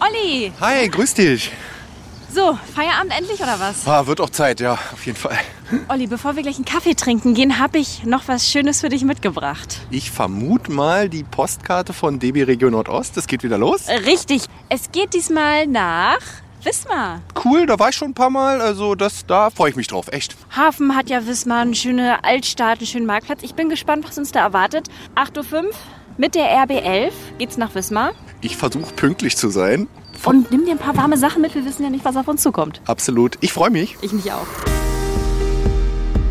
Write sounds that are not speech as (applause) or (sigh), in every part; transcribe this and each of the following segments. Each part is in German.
Olli! Hi, grüß dich. So, Feierabend endlich oder was? Ah, wird auch Zeit, ja, auf jeden Fall. Olli, bevor wir gleich einen Kaffee trinken gehen, habe ich noch was Schönes für dich mitgebracht. Ich vermute mal die Postkarte von DB Region Nordost. Es geht wieder los. Äh, Richtig, es geht diesmal nach Wismar. Cool, da war ich schon ein paar Mal. Also das, da freue ich mich drauf, echt. Hafen hat ja Wismar, eine schöne Altstadt, einen schönen Marktplatz. Ich bin gespannt, was uns da erwartet. 8.05 Uhr mit der RB11 geht's nach Wismar. Ich versuche pünktlich zu sein. Und nimm dir ein paar warme Sachen mit, wir wissen ja nicht, was auf uns zukommt. Absolut. Ich freue mich. Ich mich auch.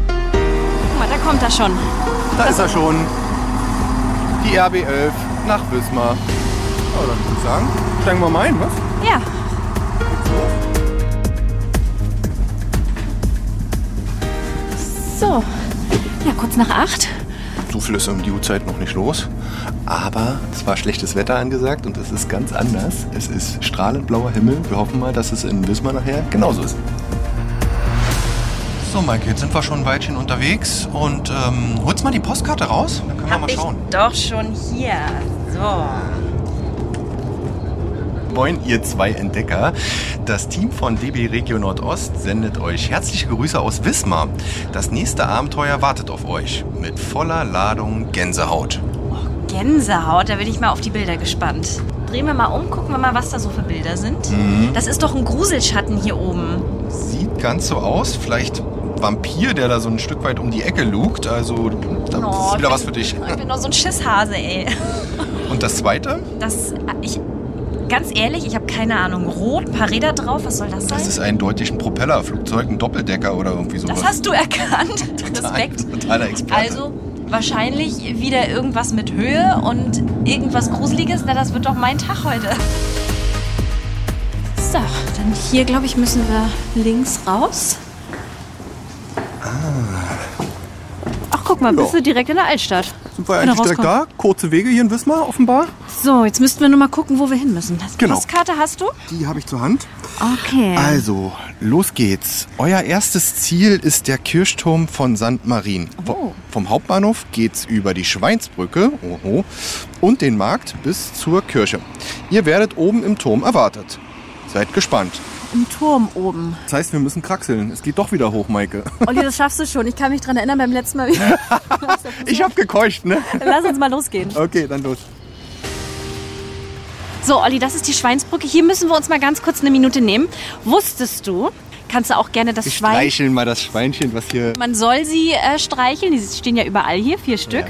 Guck mal, da kommt er schon. Da ist er schon. Die RB11 nach Wismar. Ja, dann würde ich sagen, steigen wir mal ein, was? Ja. So, ja, kurz nach acht. So viel ist um die Uhrzeit noch nicht los. Aber es war schlechtes Wetter angesagt und es ist ganz anders. Es ist strahlend blauer Himmel. Wir hoffen mal, dass es in Wismar nachher genauso ist. So, Mike, jetzt sind wir schon ein Weilchen unterwegs und ähm, holst mal die Postkarte raus. Dann können wir mal schauen. doch schon hier. So. Moin, ihr zwei Entdecker. Das Team von DB Regio Nordost sendet euch herzliche Grüße aus Wismar. Das nächste Abenteuer wartet auf euch mit voller Ladung Gänsehaut. Gänsehaut, da bin ich mal auf die Bilder gespannt. Drehen wir mal um, gucken wir mal, was da so für Bilder sind. Mhm. Das ist doch ein Gruselschatten hier oben. Sieht ganz so aus, vielleicht Vampir, der da so ein Stück weit um die Ecke lugt. Also, das Oh, ist wieder ich was für dich. Ich bin doch so ein Schisshase, ey. Und das zweite, Das, ich, ganz ehrlich, ich habe keine Ahnung. Rot, paar Räder drauf, was soll das sein? das ist eindeutig ein Propellerflugzeug, ein Doppeldecker oder irgendwie sowas. das hast du erkannt. (laughs) Respekt. Totaler Experte. Also wahrscheinlich wieder irgendwas mit Höhe und irgendwas Gruseliges. Na, das wird doch mein Tag heute. So, dann hier, glaube ich, müssen wir links raus. Ach, guck mal, bist Ah. Ja. du direkt in der Altstadt. sind wir Wenn er eigentlich direkt da? Kurze Wege hier in Wismar, offenbar. So, jetzt müssten wir nur mal gucken, wo wir hin müssen. Das Genau. Postkarte hast du? Die habe ich zur Hand. Okay. Also, los geht's. Euer erstes Ziel ist der Kirchturm von St. Marien. Oh. Vo- Vom Hauptbahnhof geht's über die Schweinsbrücke oho, und den Markt bis zur Kirche. Ihr werdet oben im Turm erwartet. Seid gespannt. Im Turm oben. Das heißt, wir müssen kraxeln. Es geht doch wieder hoch, Maike. (laughs) Olli, das schaffst du schon. Ich kann mich dran erinnern beim letzten Mal. (laughs) wieder. Ich hab gekeucht, ne? Lass uns mal losgehen. Okay, dann los. So, Olli, das ist die Schweinsbrücke. Hier müssen wir uns mal ganz kurz eine Minute nehmen. Wusstest du, kannst du auch gerne das Ich Schwein... Hm? streicheln mal das Schweinchen, was hier... Man soll sie äh, streicheln. Die stehen ja überall hier, vier Stück.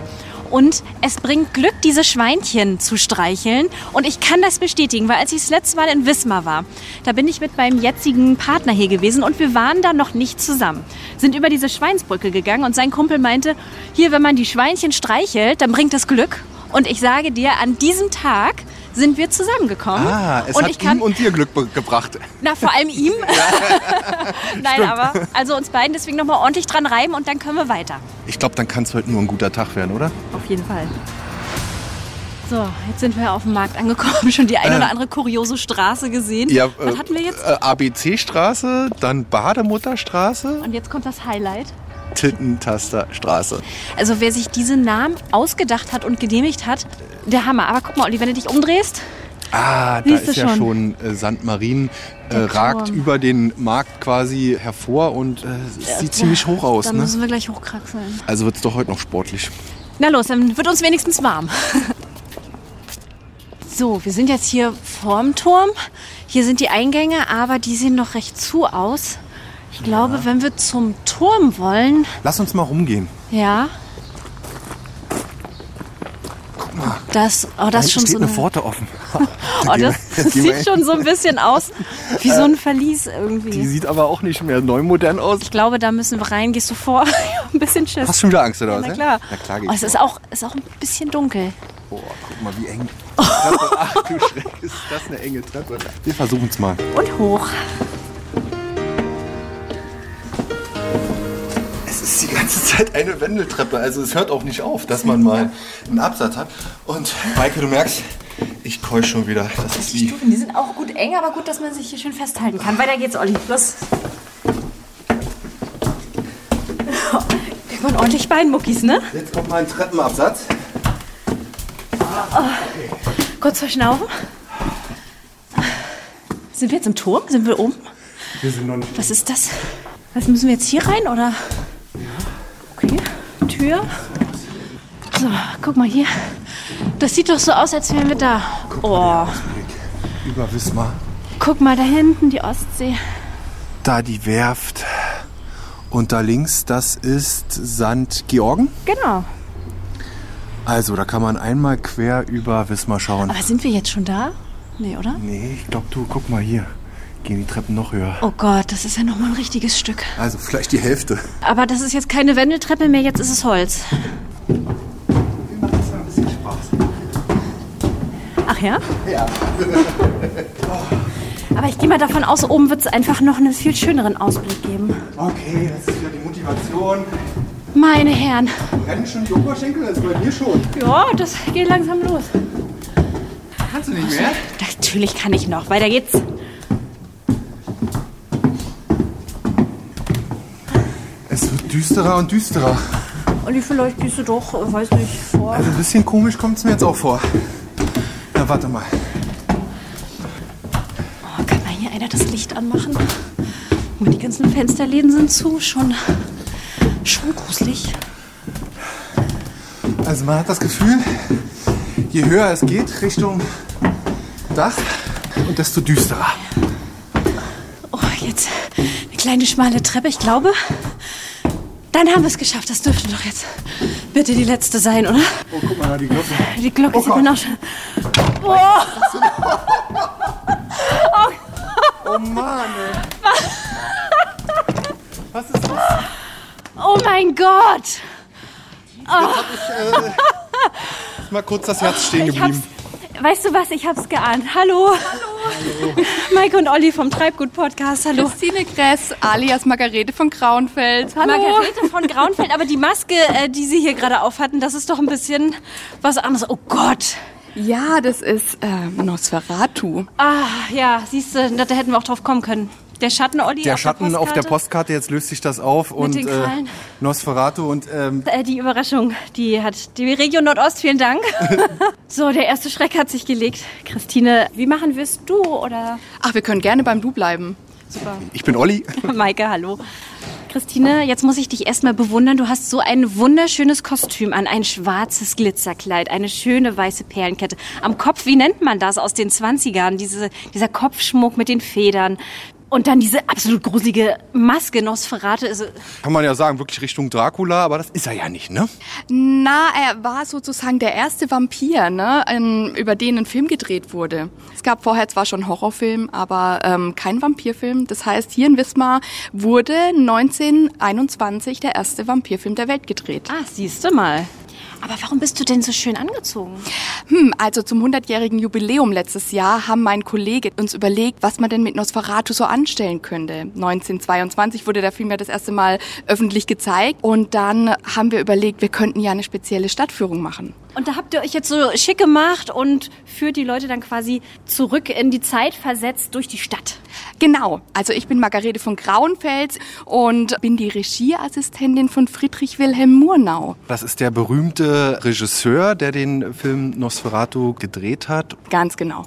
Und es bringt Glück, diese Schweinchen zu streicheln. Und ich kann das bestätigen, weil als ich das letzte Mal in Wismar war, da bin ich mit meinem jetzigen Partner hier gewesen und wir waren da noch nicht zusammen. Sind über diese Schweinsbrücke gegangen und sein Kumpel meinte, hier, wenn man die Schweinchen streichelt, dann bringt das Glück. Und ich sage dir, an diesem Tag sind wir zusammengekommen. Ah, es und hat ich kann, ihm und dir Glück be- gebracht. na, vor allem (laughs) ihm. (laughs) Nein, aber also uns beiden deswegen nochmal ordentlich dran reiben und dann können wir weiter. Ich glaube, dann kann es heute nur ein guter Tag werden, oder? Auf jeden Fall. So, jetzt sind wir auf dem Markt angekommen, (laughs) schon die ein oder andere kuriose Straße gesehen. Ja, Was äh, hatten wir jetzt? äh, ABC-Straße, dann Bademutterstraße, Und jetzt kommt das Highlight. Tittentasterstraße. Also wer sich diese Namen ausgedacht hat und genehmigt hat, der Hammer. Aber guck mal, Olli, wenn du dich umdrehst, Ah, da Siehst ist du ja schon. schon äh, St. Marien, äh, Turm. ragt über den Markt quasi hervor und äh, es sieht ziemlich hoch aus. dann Ne? müssen wir gleich hochkraxeln. Also wird es doch heute noch sportlich. Na los, dann wird uns wenigstens warm. (laughs) So, wir sind jetzt hier vorm Turm. Hier sind die Eingänge, aber die sehen noch recht zu aus. Ich glaube, wenn wir zum Turm wollen, Lass uns mal rumgehen. ja. Guck mal, Das, oh, das da ist schon steht so eine eine, (laughs) Pforte offen. oh, (laughs) gehen das wir- jetzt gehen wir sieht schon so ein bisschen aus wie so ein Verlies Äh, Die irgendwie. sieht aber auch nicht mehr neu modern aus. Ich glaube, da müssen wir rein. Gehst du vor? (laughs) Ich hab ein bisschen Schiss. Hast schon wieder Angst, oder was? Na hä? klar. Na klar oh, es geht's. ist auch, ist auch ein bisschen dunkel. Boah, guck mal, wie eng. (laughs) Ach du Schreck, ist das eine enge Treppe. Wir versuchen es mal. Und hoch. Es ist die ganze Zeit eine Wendeltreppe, also es hört auch nicht auf, dass man mal einen Absatz hat. Und Maike, du merkst, ich keusch schon wieder. Das ist wie. Die sind auch gut eng, aber gut, dass man sich hier schön festhalten kann. Weiter geht's, Olli. Los. Wir waren ordentlich Beinmuckis, ne? Jetzt kommt mal ein Treppenabsatz. Kurz verschnaufen. Sind wir jetzt im Turm? Sind wir oben? Wir sind noch nicht. Was ist das? Was müssen wir jetzt hier rein oder? Okay, Tür. So, guck mal hier. Das sieht doch so aus, als wären wir da. Oh, Über Wismar. guck mal da hinten die Ostsee. Da die Werft. Und da links, das ist St. Georgen. Genau. Also, da kann man einmal quer über Wismar schauen. Aber sind wir jetzt schon da? Nee, oder? Nee, ich glaube, du, guck mal hier. Gehen die Treppen noch höher. Oh Gott, das ist ja nochmal ein richtiges Stück. Also, vielleicht die Hälfte. Aber das ist jetzt keine Wendeltreppe mehr, jetzt ist es Holz. Das war ein bisschen Spaß. Ach ja? Ja. Aber ich gehe mal davon aus, oben wird es einfach noch einen viel schöneren Ausblick geben. Okay, das ist ja die Motivation. Meine Herren. Rennen schon die Oberschenkel? Das bei mir schon. Ja, das geht langsam los. Kannst du nicht mehr? Natürlich kann ich noch. Weiter geht's. Es wird düsterer und düsterer. Olli, vielleicht gehst du doch, äh, weiß nicht, vor. Also ein bisschen komisch kommt es mir jetzt auch vor. Na, warte mal. Oh, kann mal hier einer das Licht anmachen? Und die ganzen Fensterläden sind zu. Schon, schon gruselig. Also man hat das Gefühl, je höher es geht Richtung Dach und desto düsterer. Oh, jetzt eine kleine schmale Treppe, ich glaube. Dann haben wir es geschafft. Das dürfte doch jetzt bitte die letzte sein, oder? Oh, guck mal, da die Glocke. Die Glocke Oh sieht man Gott. auch schon. Oh, Oh Mann, ey. Was ist das? oh mein Gott! Äh, Ist mal kurz das Herz stehen Ich hab's, geblieben. weißt du was? Ich hab's geahnt. Hallo! Hallo! Maike und Olli vom Treibgut-Podcast. Hallo! Christine Gress, alias Margarete von Grauenfeld. Hallo. Margarete von Graunfeld, aber die Maske, äh, die Sie hier gerade aufhatten, das ist doch ein bisschen was anderes. Oh Gott! Ja, das ist äh, Nosferatu. Ah, ja, siehst du, da hätten wir auch drauf kommen können. Der Schatten, Olli. Der Schatten auf der Postkarte. Postkarte, jetzt löst sich das auf und den äh, Krallen. Nosferatu und ähm, Äh, die Überraschung, die hat die Region Nordost. Vielen Dank. so, der erste Schreck hat sich gelegt. Christine, wie machen wir es? Du oder Ach, wir können gerne beim Du bleiben. ich (laughs) bin Olli. Maike? Hallo. Christine, jetzt muss ich dich erstmal bewundern. Du hast so ein wunderschönes Kostüm an. Ein schwarzes Glitzerkleid, eine schöne weiße Perlenkette. Am Kopf, wie nennt man das aus den 20ern? Diese, dieser Kopfschmuck mit den Federn. Und dann diese absolut gruselige Maske Nosferatu. Also, Kann man ja sagen, wirklich Richtung Dracula, aber das ist er ja nicht, ne? Na, er war sozusagen der erste Vampir, ne, ähm, über den ein Film gedreht wurde. Es gab vorher zwar schon Horrorfilm, aber ähm, kein Vampirfilm. Das heißt, hier in Wismar wurde 1921 der erste Vampirfilm der Welt gedreht. ah, siehst du mal. Aber warum bist du denn so schön angezogen? Hm, also zum 100-jährigen Jubiläum letztes Jahr haben mein Kollege uns überlegt, was man denn mit Nosferatu so anstellen könnte. 1922 wurde der Film ja das erste Mal öffentlich gezeigt und dann haben wir überlegt, wir könnten ja eine spezielle Stadtführung machen. Und da habt ihr euch jetzt so schick gemacht und führt die Leute dann quasi zurück in die Zeit versetzt durch die Stadt. Genau, also ich bin Margarete von Grauenfels und bin die Regieassistentin von Friedrich Wilhelm Murnau. Das ist der berühmte Regisseur, der den Film Nosferatu gedreht hat Ganz genau.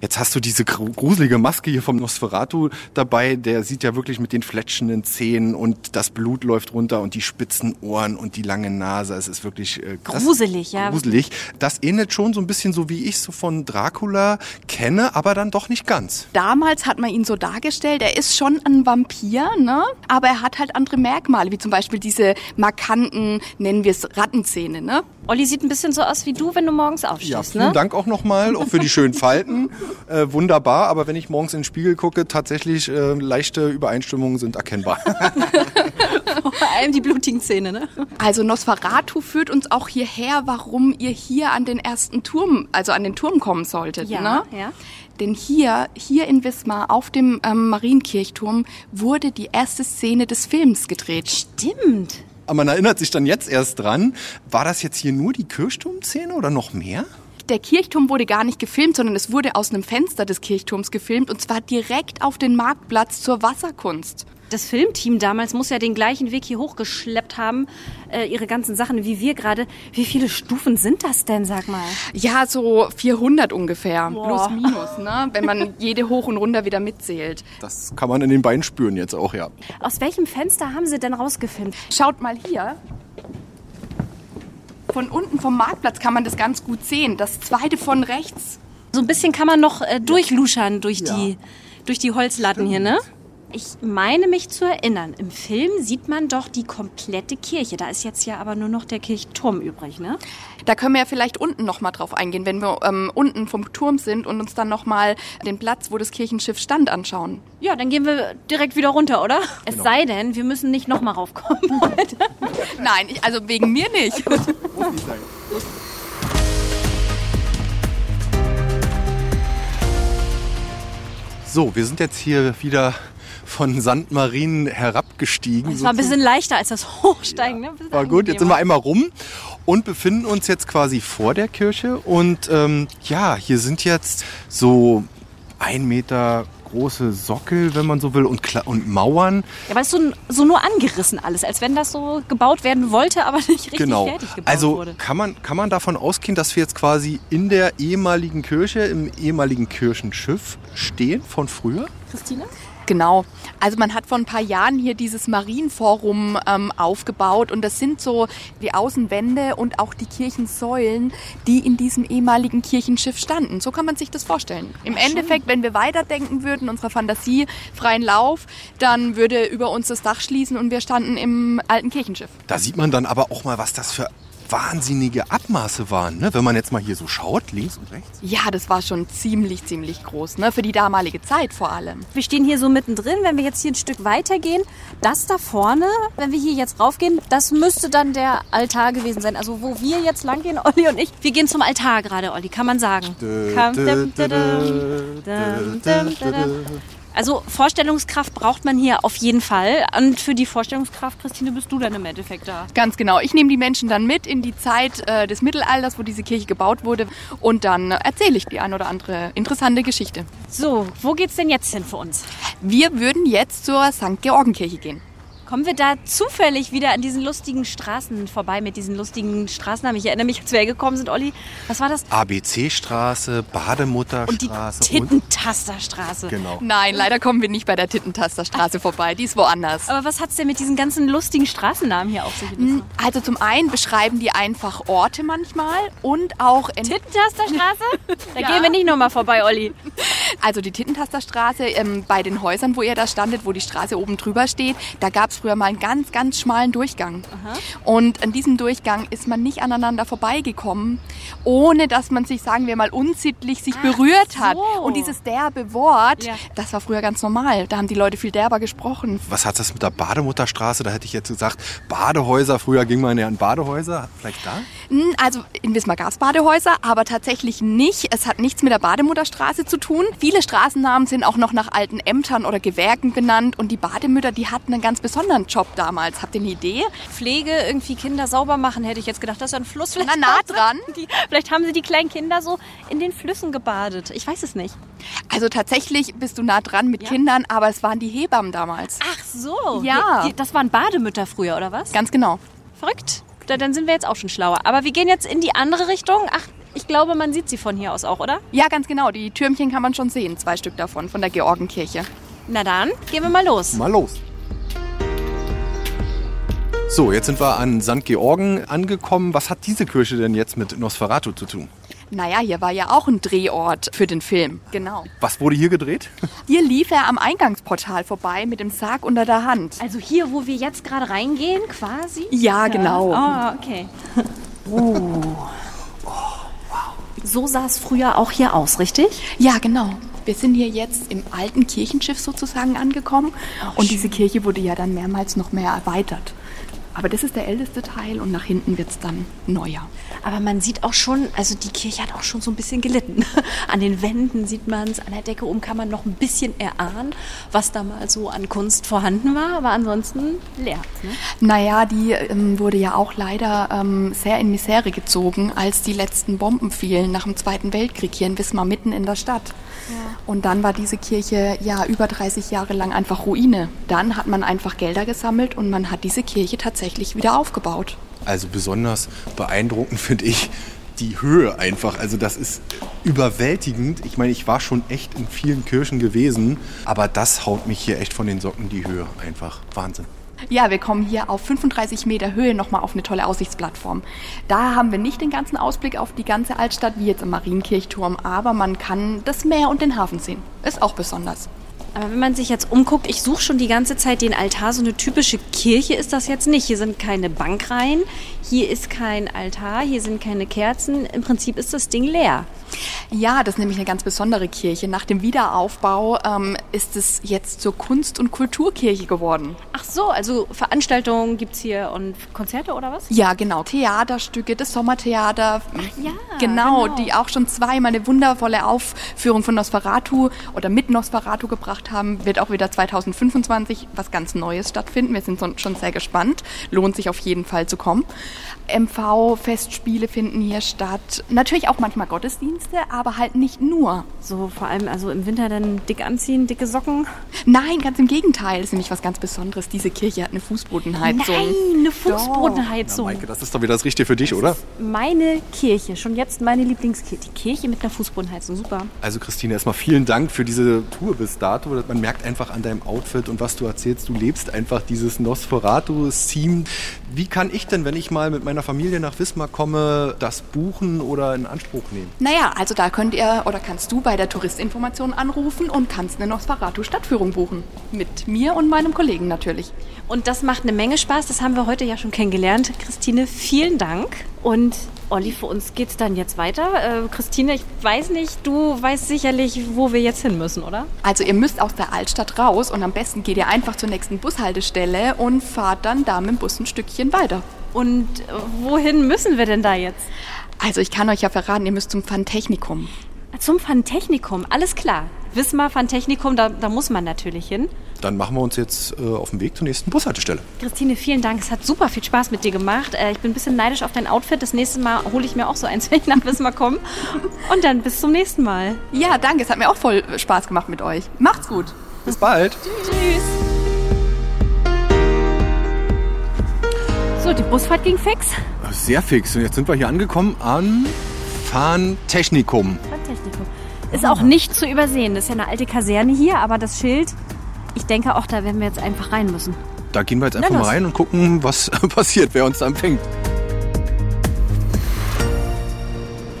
Jetzt hast du diese gru- gruselige Maske hier vom Nosferatu dabei. Der sieht ja wirklich mit den fletschenden Zähnen und das Blut läuft runter und die spitzen Ohren und die lange Nase. Es ist wirklich äh, krass. Gruselig, ja. Gruselig. Das ähnelt schon so ein bisschen so, wie ich so von Dracula kenne, aber dann doch nicht ganz. Damals hat man ihn so dargestellt, er ist schon ein Vampir, ne? aber er hat halt andere Merkmale, wie zum Beispiel diese markanten, nennen wir es Rattenzähne. Ne? Olli sieht ein bisschen so aus wie du, wenn du morgens aufstehst, vielen ne? Dank auch nochmal auch für (laughs) die schönen Falten. Äh, wunderbar, aber wenn ich morgens in den Spiegel gucke, tatsächlich äh, leichte Übereinstimmungen sind erkennbar. (laughs) (laughs) Vor allem die blutigen Zähne, ne? Also Nosferatu führt uns auch hierher, warum ihr hier an den ersten Turm, also an den Turm kommen solltet. Ja, ne? ja. Denn hier, hier in Wismar, auf dem ähm, Marienkirchturm, wurde die erste Szene des Films gedreht. Stimmt. aber man erinnert sich dann jetzt erst dran. War das jetzt hier nur die Kirchturmszene oder noch mehr? der Kirchturm wurde gar nicht gefilmt, sondern es wurde aus einem Fenster des Kirchturms gefilmt und zwar direkt auf den Marktplatz zur Wasserkunst. Das Filmteam damals muss ja den gleichen Weg hier hochgeschleppt haben, äh, ihre ganzen Sachen wie wir gerade. Wie viele Stufen sind das denn, sag mal? Ja, so 400 ungefähr, plus minus, ne? wenn man jede hoch und runter wieder mitzählt. Das kann man in den Beinen spüren jetzt auch, ja. Aus welchem Fenster haben sie denn rausgefilmt? Schaut mal hier. Von unten vom Marktplatz kann man das ganz gut sehen. Das zweite von rechts. So ein bisschen kann man noch äh, durchluschern durch, die, durch die Holzlatten hier, ne? Ich meine mich zu erinnern, im Film sieht man doch die komplette Kirche. Da ist jetzt ja aber nur noch der Kirchturm übrig, ne? Da können wir ja vielleicht unten nochmal drauf eingehen, wenn wir ähm, unten vom Turm sind und uns dann nochmal den Platz, wo das Kirchenschiff stand, anschauen. Ja, dann gehen wir direkt wieder runter, oder? Es Genau. sei denn, wir müssen nicht nochmal (laughs) raufkommen heute. Nein, ich, also wegen mir nicht. (laughs) So, wir sind jetzt hier wieder von Sandmarinen herabgestiegen. Es war ein bisschen leichter als das Hochsteigen, ne? Bisschen War gut, jetzt sind angenehmer. wir einmal rum und befinden uns jetzt quasi vor der Kirche. Und ähm, ja, hier sind jetzt so ein Meter große Sockel, wenn man so will, und, Kla- und Mauern. Ja, aber es ist so, so nur angerissen alles, als wenn das so gebaut werden wollte, aber nicht richtig genau. fertig gebaut Also wurde. kann man, kann man davon ausgehen, dass wir jetzt quasi in der ehemaligen Kirche, im ehemaligen Kirchenschiff stehen von früher? Christine? Genau. Also man hat vor ein paar Jahren hier dieses Marienforum ähm, aufgebaut und das sind so die Außenwände und auch die Kirchensäulen, die in diesem ehemaligen Kirchenschiff standen. So kann man sich das vorstellen. Im Endeffekt, wenn wir weiterdenken würden, unserer Fantasie freien Lauf, dann würde über uns das Dach schließen und wir standen im alten Kirchenschiff. Da sieht man dann aber auch mal, was das für wahnsinnige Abmaße waren. Ne? Wenn man jetzt mal hier so schaut, links und rechts. Ja, das war schon ziemlich, ziemlich groß, ne? Für die damalige Zeit vor allem. Wir stehen hier so mittendrin, wenn wir jetzt hier ein Stück weitergehen, das da vorne, wenn wir hier jetzt raufgehen, das müsste dann der Altar gewesen sein. Also wo wir jetzt langgehen, (laughs) Olli und ich, wir gehen zum Altar gerade, Olli, kann man sagen. Kam- dum, dum, dum, dum, dum, dum. Also Vorstellungskraft braucht man hier auf jeden Fall. Und für die Vorstellungskraft, Christine, bist du dann im Endeffekt da. Ganz genau. Ich nehme die Menschen dann mit in die Zeit äh, des Mittelalters, wo diese Kirche gebaut wurde. Und dann äh, erzähle ich die ein oder andere interessante Geschichte. So, wo geht's denn jetzt hin für uns? Wir würden jetzt zur St. Georgenkirche gehen. Kommen wir da zufällig wieder an diesen lustigen Straßen vorbei mit diesen lustigen Straßennamen? Ich erinnere mich, als wir hergekommen sind, Olli. Was war das? ABC-Straße, Und die Bademutterstraße Tittentasterstraße. genau. Nein, leider kommen wir nicht bei der Tittentasterstraße vorbei. Die ist woanders. Aber was hat's denn mit diesen ganzen lustigen Straßennamen hier auf sich? Hm, Also zum einen beschreiben die einfach Orte manchmal und auch... Ent Tittentasterstraße? Da Ja. gehen wir nicht nochmal vorbei, Olli. Also die Tittentasterstraße, ähm, bei den Häusern, wo ihr da standet, wo die Straße oben drüber steht, da gab es früher mal einen ganz, ganz schmalen Durchgang. Und an diesem Durchgang ist man nicht aneinander vorbeigekommen, ohne dass man sich, sagen wir mal, unsittlich sich berührt hat. so. Und dieses derbe Wort, Ja. das war früher ganz normal. Da haben die Leute viel derber gesprochen. Was hat das mit der Bademutterstraße? Da hätte ich jetzt gesagt, Badehäuser. Früher ging man ja an Badehäuser. Vielleicht da? Hm, Also in Wismar gab es Badehäuser, aber tatsächlich nicht. Es hat nichts mit der Bademutterstraße zu tun. Viele Straßennamen sind auch noch nach alten Ämtern oder Gewerken benannt und die Bademütter, die hatten einen ganz besonderen Job damals. Habt ihr eine Idee? Pflege, irgendwie Kinder sauber machen, hätte ich jetzt gedacht. Das ist ja ein Fluss. Vielleicht, Na, nah dran. Die, vielleicht haben sie die kleinen Kinder so in den Flüssen gebadet. Ich weiß es nicht. Also tatsächlich bist du nah dran mit Ja. Kindern, aber es waren die Hebammen damals. Ach so. Ja. Die, die, das waren Bademütter früher, oder was? Ganz genau. Verrückt. Da, dann sind wir jetzt auch schon schlauer. Aber wir gehen jetzt in die andere Richtung. Ach, ich glaube, man sieht sie von hier aus auch, oder? Ja, ganz genau. Die Türmchen kann man schon sehen, zwei Stück davon, von der Georgenkirche. Na dann, gehen wir mal los. Mal los. So, jetzt sind wir an St. Georgen angekommen. Was hat diese Kirche denn jetzt mit Nosferatu zu tun? Naja, hier war ja auch ein Drehort für den Film. Genau. Was wurde hier gedreht? Hier lief er am Eingangsportal vorbei mit dem Sarg unter der Hand. Also hier, wo wir jetzt gerade reingehen, quasi? Ja, genau. Ah, (laughs) okay. Oh. So sah es früher auch hier aus, richtig? Ja, genau. Wir sind hier jetzt im alten Kirchenschiff sozusagen angekommen und diese Kirche wurde ja dann mehrmals noch mehr erweitert. Aber das ist der älteste Teil und nach hinten wird es dann neuer. Aber man sieht auch schon, also die Kirche hat auch schon so ein bisschen gelitten. (laughs) An den Wänden sieht man es, an der Decke oben kann man noch ein bisschen erahnen, was da mal so an Kunst vorhanden war, aber ansonsten leer. Ne? Naja, die ähm, wurde ja auch leider ähm, sehr in Misere gezogen, als die letzten Bomben fielen nach dem Zweiten Weltkrieg hier in Wismar mitten in der Stadt. Ja. Und dann war diese Kirche ja über 30 Jahre lang einfach Ruine. Dann hat man einfach Gelder gesammelt und man hat diese Kirche tatsächlich wieder aufgebaut. Also besonders beeindruckend finde ich die Höhe einfach. Also das ist überwältigend. Ich meine, ich war schon echt in vielen Kirchen gewesen, aber das haut mich hier echt von den Socken die Höhe einfach. Wahnsinn. Ja, wir kommen hier auf 35 Meter Höhe nochmal auf eine tolle Aussichtsplattform. Da haben wir nicht den ganzen Ausblick auf die ganze Altstadt wie jetzt im Marienkirchturm, aber man kann das Meer und den Hafen sehen. Ist auch besonders. Aber wenn man sich jetzt umguckt, ich suche schon die ganze Zeit den Altar. So eine typische Kirche ist das jetzt nicht. Hier sind keine Bankreihen, hier ist kein Altar, hier sind keine Kerzen. Im Prinzip ist das Ding leer. Ja, das ist nämlich eine ganz besondere Kirche. Nach dem Wiederaufbau ähm, ist es jetzt zur Kunst- und Kulturkirche geworden. Ach so, also Veranstaltungen gibt es hier und Konzerte oder was? Ja, genau. Theaterstücke, das Sommertheater. ja, Genau, genau. die auch schon zweimal eine wundervolle Aufführung von Nosferatu oder mit Nosferatu gebracht haben. Wird auch wieder 2025 was ganz Neues stattfinden. Wir sind so- schon sehr gespannt. Lohnt sich auf jeden Fall zu kommen. MV-Festspiele finden hier statt. Natürlich auch manchmal Gottesdienste, aber halt nicht nur. So vor allem also im Winter dann dick anziehen, dicke Socken. Nein, ganz im Gegenteil. Das ist nämlich was ganz Besonderes. Diese Kirche hat eine Fußbodenheizung. Nein, eine Na, Fußbodenheizung. Maike, das ist doch wieder das Richtige für dich, oder? meine Kirche, schon jetzt meine Lieblingskirche. Die Kirche mit einer Fußbodenheizung, super. Also Christine, erstmal vielen Dank für diese Tour bis dato. Man merkt einfach an deinem Outfit und was du erzählst, du lebst einfach dieses Nosferatu-Theme. Wie kann ich denn, wenn ich mal mit meiner Familie nach Wismar komme, das buchen oder in Anspruch nehmen? Naja, also da könnt ihr oder kannst du bei der Touristinformation anrufen und kannst eine Nosferatu-Stadtführung buchen. Mit mir und meinem Kollegen natürlich. Und das macht eine Menge Spaß, das haben wir heute ja schon kennengelernt. Christine, vielen Dank. Und Olli, für uns geht's dann jetzt weiter. Äh, Christine, ich weiß nicht, du weißt sicherlich, wo wir jetzt hin müssen, oder? Also ihr müsst aus der Altstadt raus und am besten geht ihr einfach zur nächsten Bushaltestelle und fahrt dann da mit dem Bus ein Stückchen weiter. Und äh, wohin müssen wir denn da jetzt? Also ich kann euch ja verraten, ihr müsst zum Fantechnikum. Zum Fantechnikum, alles klar. Wismar Fantechnikum, da, da muss man natürlich hin. Dann machen wir uns jetzt äh, auf den Weg zur nächsten Bushaltestelle. Christine, vielen Dank. Es hat super viel Spaß mit dir gemacht. Äh, Ich bin ein bisschen neidisch auf dein Outfit. Das nächste Mal hole ich mir auch so eins, (laughs) wenn ich nach Wismar komme. Und dann bis zum nächsten Mal. Ja, danke, es hat mir auch voll Spaß gemacht mit euch. Macht's gut. Bis bald! So, die Busfahrt ging fix. Sehr fix. Und jetzt sind wir hier angekommen an Fahntechnikum. Fantechnikum. Ist auch nicht zu übersehen. Das ist ja eine alte Kaserne hier, aber das Schild, ich denke auch, da werden wir jetzt einfach rein müssen. Da gehen wir jetzt einfach Na, mal los. rein und gucken, was (laughs) passiert, wer uns da empfängt.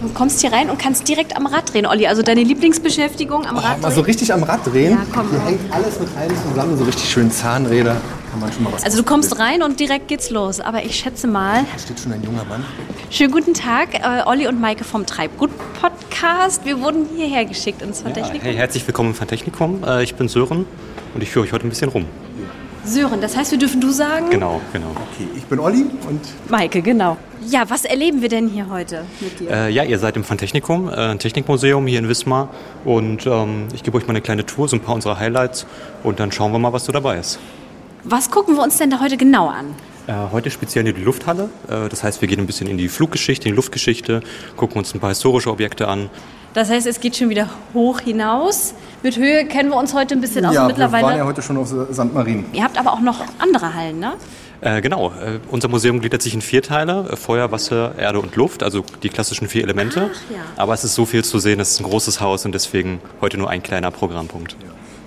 Du kommst hier rein und kannst direkt am Rad drehen, Olli. Also deine Lieblingsbeschäftigung am Rad Mal Oh, so drehen. richtig am Rad drehen. Ja, komm. Hier hängt alles mit allem zusammen, so richtig schön Zahnräder. Kann man schon mal was Also du kommst rein und direkt geht's los. Aber ich schätze mal, Da steht schon ein junger Mann. Schönen guten Tag, äh, Olli und Maike vom Treibgut-Podcast. Wir wurden hierher geschickt ins Verdächtigen. Hey, herzlich willkommen im Fantechnikum. Äh, Ich bin Sören und ich führe euch heute ein bisschen rum. Sören, das heißt, wir dürfen du sagen? Genau, genau. Okay, ich bin Olli und Maike, genau. Ja, was erleben wir denn hier heute mit dir? Äh, ja, ihr seid im Fantechnikum, äh, ein Technikmuseum hier in Wismar. Und ähm, ich gebe euch mal eine kleine Tour, so ein paar unserer Highlights. Und dann schauen wir mal, was so dabei ist. Was gucken wir uns denn da heute genau an? Äh, heute speziell nur die Lufthalle. Äh, das heißt, wir gehen ein bisschen in die Fluggeschichte, in die Luftgeschichte, gucken uns ein paar historische Objekte an. Das heißt, es geht schon wieder hoch hinaus. Mit Höhe kennen wir uns heute ein bisschen aus. ja, Also mittlerweile. wir waren ja heute schon auf St. Marien. Ihr habt aber auch noch andere Hallen, ne? Äh, genau, äh, unser Museum gliedert sich in vier Teile, äh, Feuer, Wasser, Erde und Luft, also die klassischen vier Elemente. Ach, ja. Aber es ist so viel zu sehen, es ist ein großes Haus und deswegen heute nur ein kleiner Programmpunkt.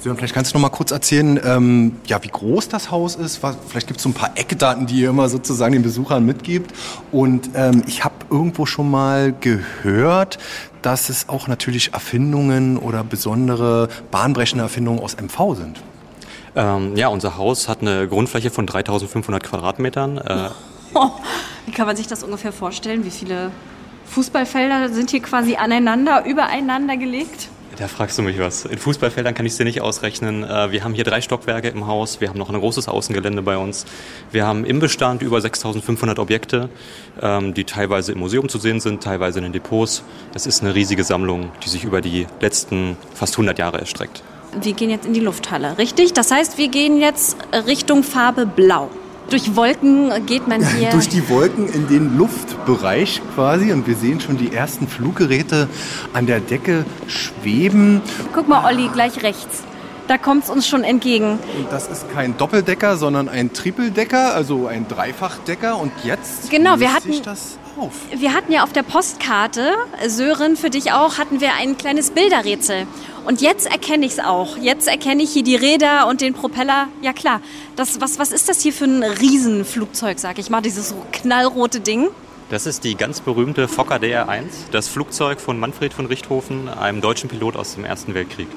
Sören, vielleicht kannst du noch mal kurz erzählen, ähm, ja, wie groß das Haus ist. Was, vielleicht gibt es so ein paar Eckdaten, die ihr immer sozusagen den Besuchern mitgibt. Und ähm, ich habe irgendwo schon mal gehört, dass es auch natürlich Erfindungen oder besondere bahnbrechende Erfindungen aus MV sind. Ähm, ja, unser Haus hat eine Grundfläche von 3500 Quadratmetern. Äh, Oh, wie kann man sich das ungefähr vorstellen? Wie viele Fußballfelder sind hier quasi aneinander, übereinander gelegt? Da fragst du mich was. In Fußballfeldern kann ich es dir nicht ausrechnen. Äh, Wir haben hier drei Stockwerke im Haus. Wir haben noch ein großes Außengelände bei uns. Wir haben im Bestand über 6500 Objekte, ähm, die teilweise im Museum zu sehen sind, teilweise in den Depots. Es ist eine riesige Sammlung, die sich über die letzten fast 100 Jahre erstreckt. Wir gehen jetzt in die Lufthalle, richtig? Das heißt, wir gehen jetzt Richtung Farbe Blau. Durch Wolken geht man hier. (laughs) Durch die Wolken in den Luftbereich quasi und wir sehen schon die ersten Fluggeräte an der Decke schweben. Guck mal, Olli, gleich rechts. Da kommt es uns schon entgegen. Und das ist kein Doppeldecker, sondern ein Trippeldecker, also ein Dreifachdecker. Und jetzt Genau, wir löst hatten- sich das auf. Wir hatten ja auf der Postkarte, Sören, für dich auch, hatten wir ein kleines Bilderrätsel. Und jetzt erkenne ich es auch. Jetzt erkenne ich hier die Räder und den Propeller. Ja klar, das, was, was ist das hier für ein Riesenflugzeug, sag ich mal, dieses knallrote Ding? Das ist die ganz berühmte Fokker DR1, das Flugzeug von Manfred von Richthofen, einem deutschen Pilot aus dem Ersten Weltkrieg.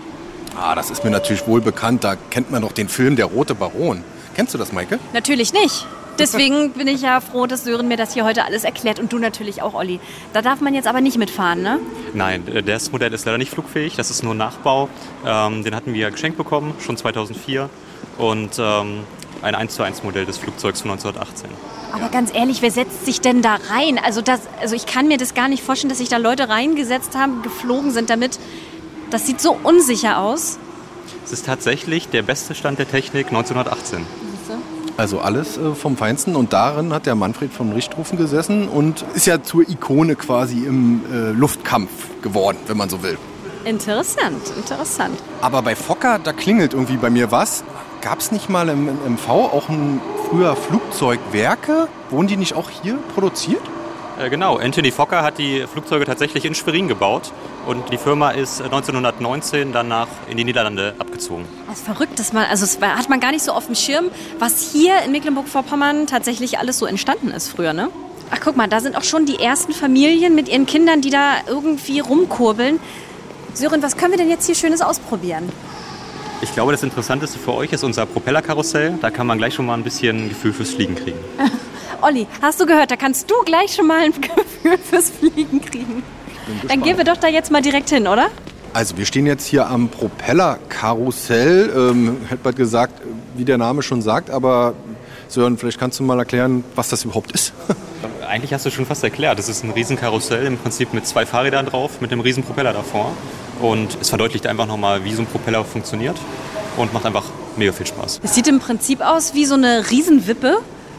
Ah, das ist mir natürlich wohl bekannt. Da kennt man doch den Film Der Rote Baron. Kennst du das, Maike? Natürlich nicht. Deswegen bin ich ja froh, dass Sören mir das hier heute alles erklärt und du natürlich auch, Olli. Da darf man jetzt aber nicht mitfahren, ne? Nein, äh, das Modell ist leider nicht flugfähig, das ist nur ein Nachbau. Ähm, den hatten wir geschenkt bekommen, schon 2004. Und ähm, ein 1 zu 1 Modell des Flugzeugs von 1918. Aber ganz ehrlich, wer setzt sich denn da rein? Also, das, also ich kann mir das gar nicht vorstellen, dass sich da Leute reingesetzt haben, geflogen sind damit. Das sieht so unsicher aus. Es ist tatsächlich der beste Stand der Technik 1918. Also alles äh, vom Feinsten. Und darin hat der Manfred von Richthofen gesessen und ist ja zur Ikone quasi im äh, Luftkampf geworden, wenn man so will. Interessant, interessant. Aber bei Fokker, da klingelt irgendwie bei mir was. Gab es nicht mal im MV auch ein früher Flugzeugwerke? Wurden die nicht auch hier produziert? Äh, genau, Anthony Fokker hat die Flugzeuge tatsächlich in Schwerin gebaut und die Firma ist äh, 1919 danach in die Niederlande abgezogen. Was verrückt, dass man, also es war- hat man gar nicht so auf dem Schirm, was hier in Mecklenburg-Vorpommern tatsächlich alles so entstanden ist früher, ne? Ach, guck mal, da sind auch schon die ersten Familien mit ihren Kindern, die da irgendwie rumkurbeln. Sören, was können wir denn jetzt hier Schönes ausprobieren? Ich glaube, das Interessanteste für euch ist unser Propellerkarussell. Da kann man gleich schon mal ein bisschen Gefühl fürs Fliegen kriegen. Olli, hast du gehört, da kannst du gleich schon mal ein (laughs) Gefühl fürs Fliegen kriegen. Dann gehen wir doch da jetzt mal direkt hin, oder? Also wir stehen jetzt hier am Propellerkarussell. Ähm, hätte bald gesagt, wie der Name schon sagt, aber Sören, vielleicht kannst du mal erklären, was das überhaupt ist. (laughs) Eigentlich hast du schon fast erklärt, es ist ein Riesenkarussell, im Prinzip mit zwei Fahrrädern drauf, mit einem riesen Propeller davor. Und es verdeutlicht einfach nochmal, wie so ein Propeller funktioniert und macht einfach mega viel Spaß. Es sieht im Prinzip aus wie so eine Riesenwippe,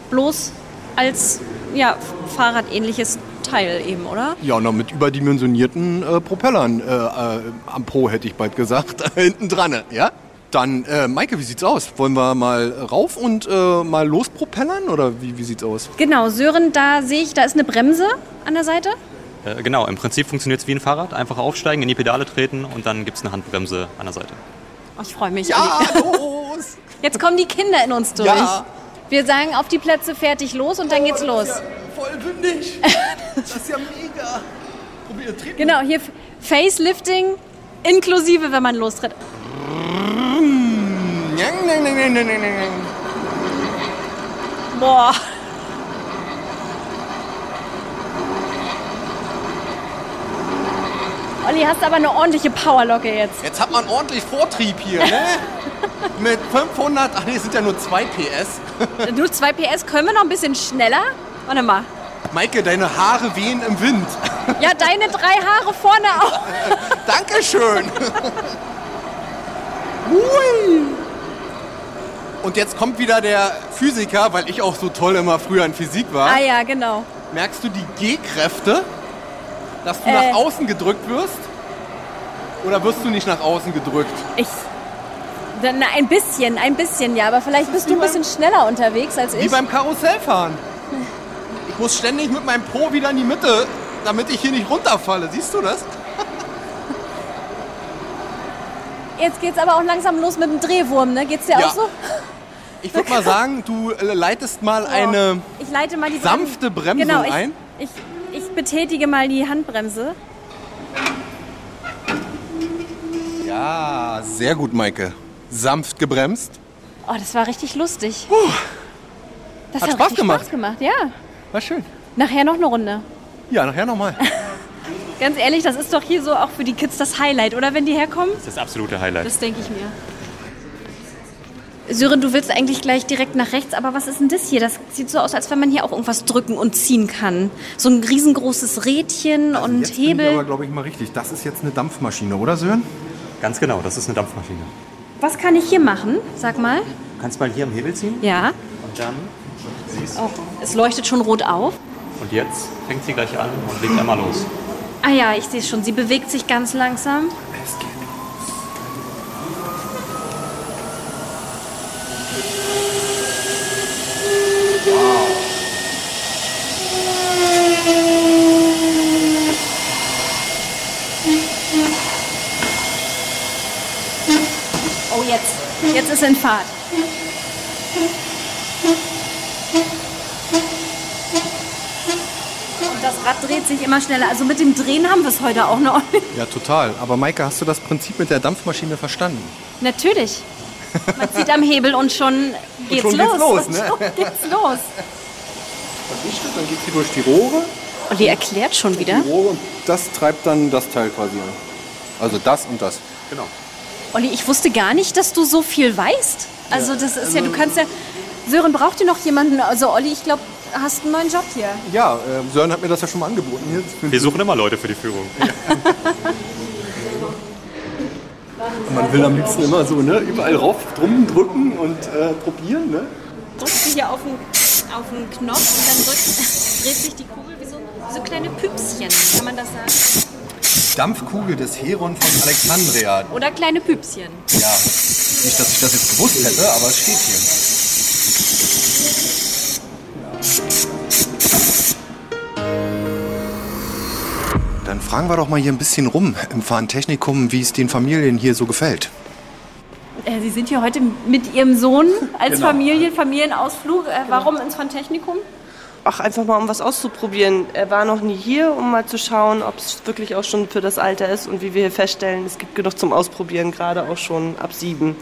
bloß als ja, fahrradähnliches Teil eben, oder? Ja, und noch mit überdimensionierten äh, Propellern äh, äh, am Po, hätte ich bald gesagt, (laughs) hinten dran, ja? Dann, äh, Maike, wie sieht's aus? Wollen wir mal rauf und äh, mal lospropellern oder wie, wie sieht's aus? Genau, Sören, da sehe ich, da ist eine Bremse an der Seite. Äh, genau, im Prinzip funktioniert es wie ein Fahrrad. Einfach aufsteigen, in die Pedale treten und dann gibt es eine Handbremse an der Seite. Oh, ich freue mich. Ja, Olli. (laughs) los! Jetzt kommen die Kinder in uns durch. Ja. Wir sagen auf die Plätze fertig los und dann geht's los. voll (laughs) bündig. Das ist ja mega. Probier, treten. Genau, hier F- Facelifting inklusive, wenn man lostritt. Boah. Olli, hast aber eine ordentliche Powerlocke jetzt. Jetzt hat man ordentlich Vortrieb hier, ne? Mit 500, ach nee, es sind ja nur 2 PS. Nur 2 PS, können wir noch ein bisschen schneller? Warte mal. Maike, deine Haare wehen im Wind. Ja, deine drei Haare vorne auch. Dankeschön. Hui. Und jetzt kommt wieder der Physiker, weil ich auch so toll immer früher in Physik war. Ah ja, genau. Merkst du die G-Kräfte? Dass du Äh. nach außen gedrückt wirst? Oder wirst du nicht nach außen gedrückt? Ich. Na, ein bisschen, ein bisschen, ja. Aber vielleicht bist du ein wie beim- bisschen schneller unterwegs als Wie ich. beim Karussellfahren. Ich muss ständig mit meinem Po wieder in die Mitte, damit ich hier nicht runterfalle. Siehst du das? Jetzt geht's aber auch langsam los mit dem Drehwurm, ne? Geht's dir Ja. auch so? Ich würde mal sagen, du äh, leitest mal eine. ich leite mal die sanfte Bremsung genau, ich, ein. Ich, ich betätige mal die Handbremse. Ja, Ah, sehr gut, Maike. Sanft gebremst. Oh, das war richtig lustig. Das Hat hat Spaß richtig gemacht. Spaß gemacht, ja. War schön. Nachher noch eine Runde. Ja, nachher nochmal. Ganz ehrlich, das ist doch hier so auch für die Kids das Highlight, oder wenn die herkommen? Das ist das absolute Highlight. Das denke ich mir. Sören, du willst eigentlich gleich direkt nach rechts, aber was ist denn das hier? Das sieht so aus, als wenn man hier auch irgendwas drücken und ziehen kann. So ein riesengroßes Rädchen und Also jetzt Bin ich aber, Hebel. glaube ich, mal richtig. Das ist jetzt eine Dampfmaschine, oder Sören? Ganz genau, das ist eine Dampfmaschine. Was kann ich hier machen? Sag mal. Du kannst mal hier am Hebel ziehen Ja. und dann siehst Oh, es leuchtet schon rot auf. Und jetzt fängt sie gleich an und legt einmal los. Ah ja, ich sehe es schon. Sie bewegt sich ganz langsam. Oh, jetzt. Jetzt ist in Fahrt. Und das Rad dreht sich immer schneller. Also mit dem Drehen haben wir es heute auch noch. Ja, total. Aber Maike, hast du das Prinzip mit der Dampfmaschine verstanden? Natürlich. Man zieht am Hebel und schon geht's schon los. geht's los, Und ne? schon geht's los. Dann geht sie durch die Rohre. Und die erklärt schon wieder. Rohre und das treibt dann das Teil quasi an. Also das und das. Genau. Olli, ich wusste gar nicht, dass du so viel weißt. Also das ist ja, du kannst ja. Sören braucht ihr noch jemanden. Also Olli, ich glaube, hast einen neuen Job hier. Ja, äh, Sören hat mir das ja schon mal angeboten. Hier. Wir suchen immer Leute für die Führung. Man will am liebsten immer so, ne? Überall rauf, drum drücken und probieren, ne? Drückst du hier auf den, auf den Knopf und dann drückt, dreht sich die Kugel wie so, wie so kleine Püpschen, kann man das sagen? Dampfkugel des Heron von Alexandria. Oder kleine Püpschen. Ja, nicht, dass ich das jetzt gewusst hätte, aber es steht hier. Dann fragen wir doch mal hier ein bisschen rum im Fahrentechnikum, wie es den Familien hier so gefällt. Äh, Sie sind hier heute mit Ihrem Sohn als Genau. Familie, Familienausflug. Äh, warum ins Fantechnikum? Ach, einfach mal, um was auszuprobieren. Er war noch nie hier, um mal zu schauen, ob es wirklich auch schon für das Alter ist. Und wie wir hier feststellen, es gibt genug zum Ausprobieren, gerade auch schon ab sieben.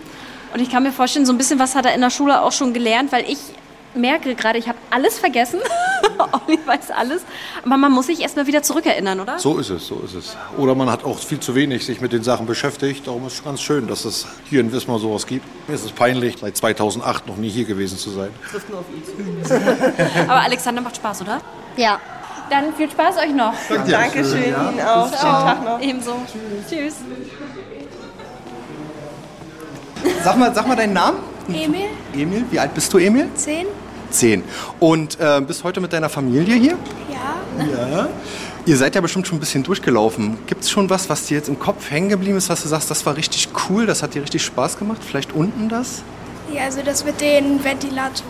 Und ich kann mir vorstellen, so ein bisschen was hat er in der Schule auch schon gelernt, weil ich merke gerade, ich habe alles vergessen. (laughs) Olli weiß alles. Aber man muss sich erst mal wieder zurückerinnern, oder? So ist es, so ist es. Oder man hat auch viel zu wenig sich mit den Sachen beschäftigt. Darum ist es ganz schön, dass es hier in Wismar sowas gibt. Mir ist es peinlich, seit 2008 noch nie hier gewesen zu sein. Aber Alexander macht Spaß, oder? Ja. Dann viel Spaß euch noch. Dankeschön Ihnen auch. Schönen Tag noch. Ebenso. Tschüss. Sag mal, sag mal deinen Namen. Emil? Emil, wie alt bist du, Emil? Zehn? Zehn. Und äh, bist heute mit deiner Familie hier? Ja. Ja. Ihr seid ja bestimmt schon ein bisschen durchgelaufen. Gibt es schon was, was dir jetzt im Kopf hängen geblieben ist, was du sagst, das war richtig cool, das hat dir richtig Spaß gemacht? Vielleicht unten das? Ja, also das mit den Ventilatoren.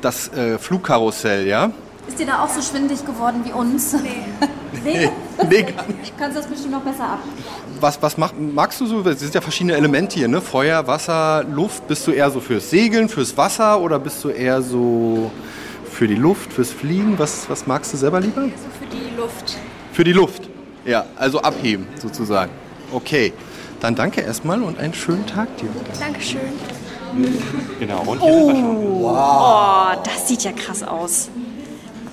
Das äh, Flugkarussell, ja? Ist dir da auch so schwindig geworden wie uns? Nee. Nee? (laughs) Nee, gar nicht. Du kannst das bestimmt noch besser ab. Was, was mach, magst du so? Es sind ja verschiedene Elemente hier, ne? Feuer, Wasser, Luft. Bist du eher so fürs Segeln, fürs Wasser oder bist du eher so für die Luft, fürs Fliegen? Was, was magst du selber lieber? Also für die Luft. Für die Luft. Ja, also abheben sozusagen. Okay. Dann danke erstmal und einen schönen Tag dir. Dankeschön. Genau. Und hier sind wir schon. Oh, das sieht ja krass aus.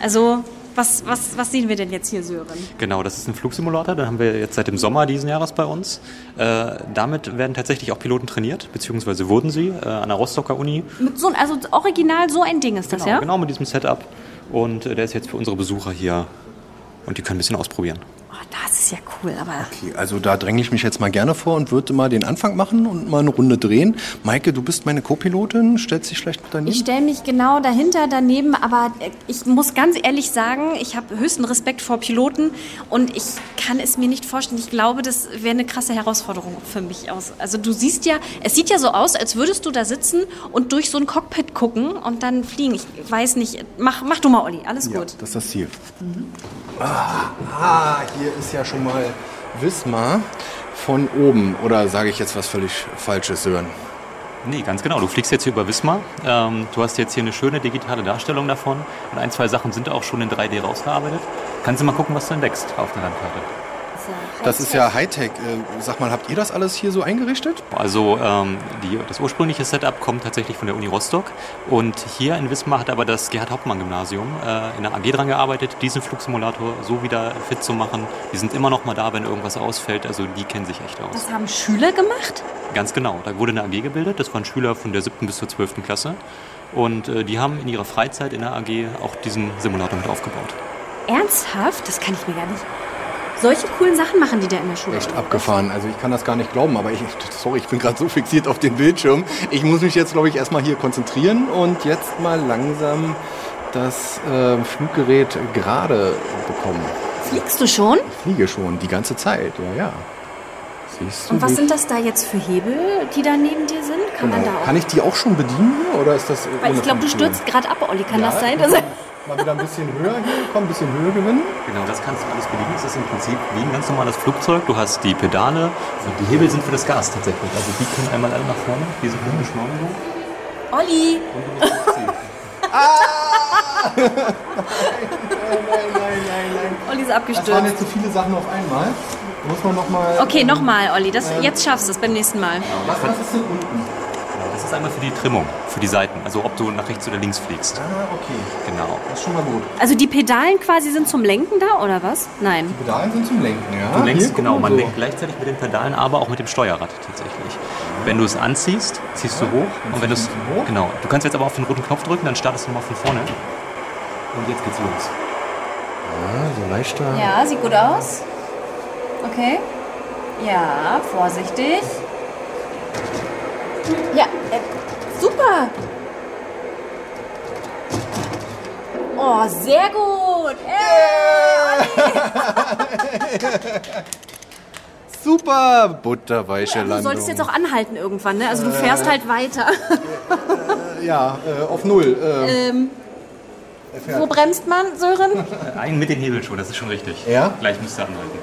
Also, was, was, was sehen wir denn jetzt hier, Sören? Genau, das ist ein Flugsimulator, den haben wir jetzt seit dem Sommer diesen Jahres bei uns. Äh, damit werden tatsächlich auch Piloten trainiert, beziehungsweise wurden sie äh, an der Rostocker Uni. Mit so, ein- also original so ein Ding ist das, ja? Genau mit diesem Setup. Und äh, der ist jetzt für unsere Besucher hier und die können ein bisschen ausprobieren. Oh, das ist ja cool, aber Okay, also da dränge ich mich jetzt mal gerne vor und würde mal den Anfang machen und mal eine Runde drehen. Maike, du bist meine Co-Pilotin, stellst dich vielleicht mit Ich daneben? stelle mich genau dahinter, daneben, aber äh, ich muss ganz ehrlich sagen, ich habe höchsten Respekt vor Piloten und ich kann es mir nicht vorstellen. Ich glaube, das wäre eine krasse Herausforderung für mich aus. Also du siehst ja, es sieht ja so aus, als würdest du da sitzen und durch so ein Cockpit gucken und dann fliegen. Ich weiß nicht, mach, mach du mal, Olli, alles Ja, gut. Mhm. das ist das Ziel. Ah, ah, hier ist ja schon mal Wismar von oben. Oder sage ich jetzt was völlig Falsches, Sören? Nee, ganz genau. Du fliegst jetzt hier über Wismar. Ähm, du hast jetzt hier eine schöne digitale Darstellung davon. Und ein, zwei Sachen sind auch schon in 3D rausgearbeitet. Kannst du mal gucken, was du entdeckst auf der Landkarte. Das ist ja Hightech. Äh, Sag mal, habt ihr das alles hier so eingerichtet? Also ähm, die, das ursprüngliche Setup kommt tatsächlich von der Uni Rostock und hier in Wismar hat aber das Gerhard Hauptmann Gymnasium äh, in der AG dran gearbeitet, diesen Flugsimulator so wieder fit zu machen. Die sind immer noch mal da, wenn irgendwas ausfällt, also die kennen sich echt aus. Das haben Schüler gemacht? Ganz genau, da wurde eine AG gebildet, das waren Schüler von der 7. bis zur 12. Klasse und äh, die haben in ihrer Freizeit in der AG auch diesen Simulator mit aufgebaut. Ernsthaft? Das kann ich mir gar nicht. Solche coolen Sachen machen die da in der Schule. Echt abgefahren. Also ich kann das gar nicht glauben, aber ich, sorry, ich bin gerade so fixiert auf den Bildschirm. Ich muss mich jetzt, glaube ich, erstmal hier konzentrieren und jetzt mal langsam das äh, Fluggerät gerade bekommen. Fliegst du schon? Ich fliege schon die ganze Zeit, ja, ja. Siehst du? Und was wie- genau. sind das da jetzt für Hebel, die da neben dir sind? Kann man da auch? Kann ich die auch schon bedienen hier oder ist das Weil ohne ich glaube, du Funktion? stürzt gerade ab, Olli. Kann Ja, das sein? Also, ich Dass muss Mal wieder ein bisschen höher hier, komm, ein bisschen Höhe gewinnen. Genau, das kannst du alles bedienen. Es ist im Prinzip wie ein ganz normales Flugzeug. Du hast die Pedale und die Hebel sind für das Gas tatsächlich. Also die können einmal alle nach vorne, diese Blumenschnorren (laughs) so. Olli! Und du musst ziehen. Nein, nein, nein, nein. Olli ist Das waren abgestürzt. jetzt so viele Sachen auf einmal. Muss man nochmal. Okay, nochmal, Olli. Das, jetzt schaffst du es beim nächsten Mal. Was, was ist denn unten? Genau, das ist einmal für die Trimmung, für die Seiten. Also ob du nach rechts oder links fliegst. Ah, okay. Genau. Das ist schon mal gut. Also die Pedalen quasi sind zum Lenken da, oder was? Nein. Pedalen sind zum Lenken, ja. Du lenkst, Ah, Hier, guck genau, mal man so. lenkt gleichzeitig mit den Pedalen, aber auch mit dem Steuerrad tatsächlich. Wenn du es anziehst, ziehst du hoch. Und wenn du es. ziehst du hoch. Genau. Du kannst jetzt aber auf den roten Knopf drücken, dann startest du nochmal von vorne. Und jetzt geht's los. Ah, so leichter. Ja, sieht gut aus. Okay. Ja, vorsichtig. Ja, äh, super. Oh, sehr gut. Äh. Ey, Super butterweiche Du Landung. solltest jetzt auch anhalten irgendwann, ne? Also du fährst halt weiter. Ja, äh, auf Null. Äh, Ähm, wo bremst man, (laughs) Sören? Ein mit den Hebeln schon, das ist schon richtig. Ja? Gleich müsst ihr anhalten.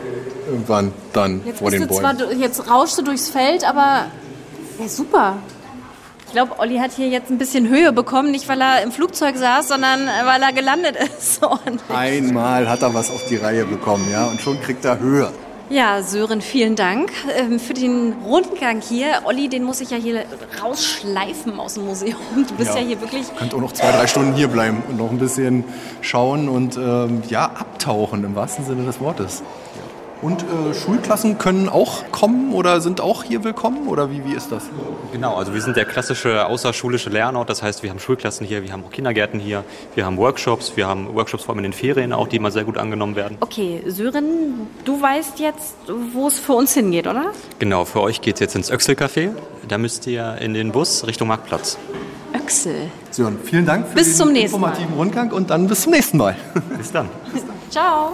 Irgendwann dann Äh, Jetzt, vor bist den du zwar, Bäumen. du- jetzt rauschst du durchs Feld, aber ja, super. Ich glaube, Olli hat hier jetzt ein bisschen Höhe bekommen, nicht weil er im Flugzeug saß, sondern äh, weil er gelandet ist. (laughs) Und Einmal hat er was auf die Reihe bekommen, ja, und schon kriegt er Höhe. ja, Sören, vielen Dank ähm, für den Rundgang hier. Olli, den muss ich ja hier rausschleifen aus dem Museum. Du bist ja, hier wirklich. Könnt auch noch zwei, drei Stunden hier bleiben und noch ein bisschen schauen und ähm, ja, abtauchen im wahrsten Sinne des Wortes. Und äh, Schulklassen können auch kommen oder sind auch hier willkommen oder wie, wie ist das? Genau, also wir sind der klassische außerschulische Lernort. Das heißt, wir haben Schulklassen hier, wir haben auch Kindergärten hier, wir haben Workshops, wir haben Workshops vor allem in den Ferien auch, die immer sehr gut angenommen werden. Okay, Sören, du weißt jetzt, wo es für uns hingeht, oder? Genau, für euch geht's jetzt ins Öxel-Café. Da müsst ihr in den Bus Richtung Marktplatz. Öxel. Sören, vielen Dank für Bis den zum nächsten Mal. informativen Rundgang und dann bis zum nächsten Mal. Bis dann. Ciao.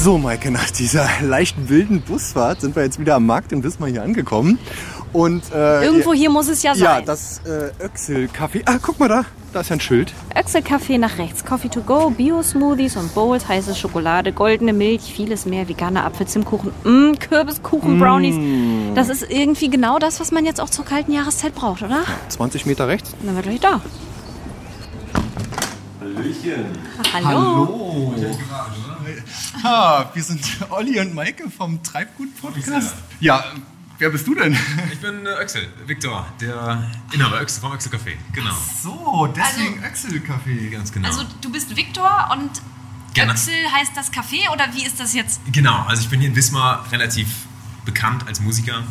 So, Maike, nach dieser leichten wilden Busfahrt sind wir jetzt wieder am Markt in Wismar hier angekommen. Und äh, Irgendwo hier muss es ja sein. Ja, das äh, Öxel-Kaffee. Ah, guck mal da. Da ist ja ein Schild. Öxel-Kaffee nach rechts, Coffee to go, Bio-Smoothies und Bowls, heiße Schokolade, goldene Milch, vieles mehr, veganer Apfelzimtkuchen, mm, Kürbiskuchen, Brownies. Das ist irgendwie genau das, was man jetzt auch zur kalten Jahreszeit braucht, oder? 20 Meter rechts. Dann wird gleich da. Hallöchen. Hallo. Ah, wir sind Olli und Maike vom Treibgut-Podcast. Ja, wer bist du denn? Ich bin äh, Öxel, Viktor, der innere Öxel vom Öxel Café. Genau, So, deswegen Öxel-Kaffee. ganz genau. Also du bist Viktor und Genau. Öxel heißt das Kaffee oder wie ist das jetzt? genau, also ich bin hier in Wismar relativ bekannt als Musiker.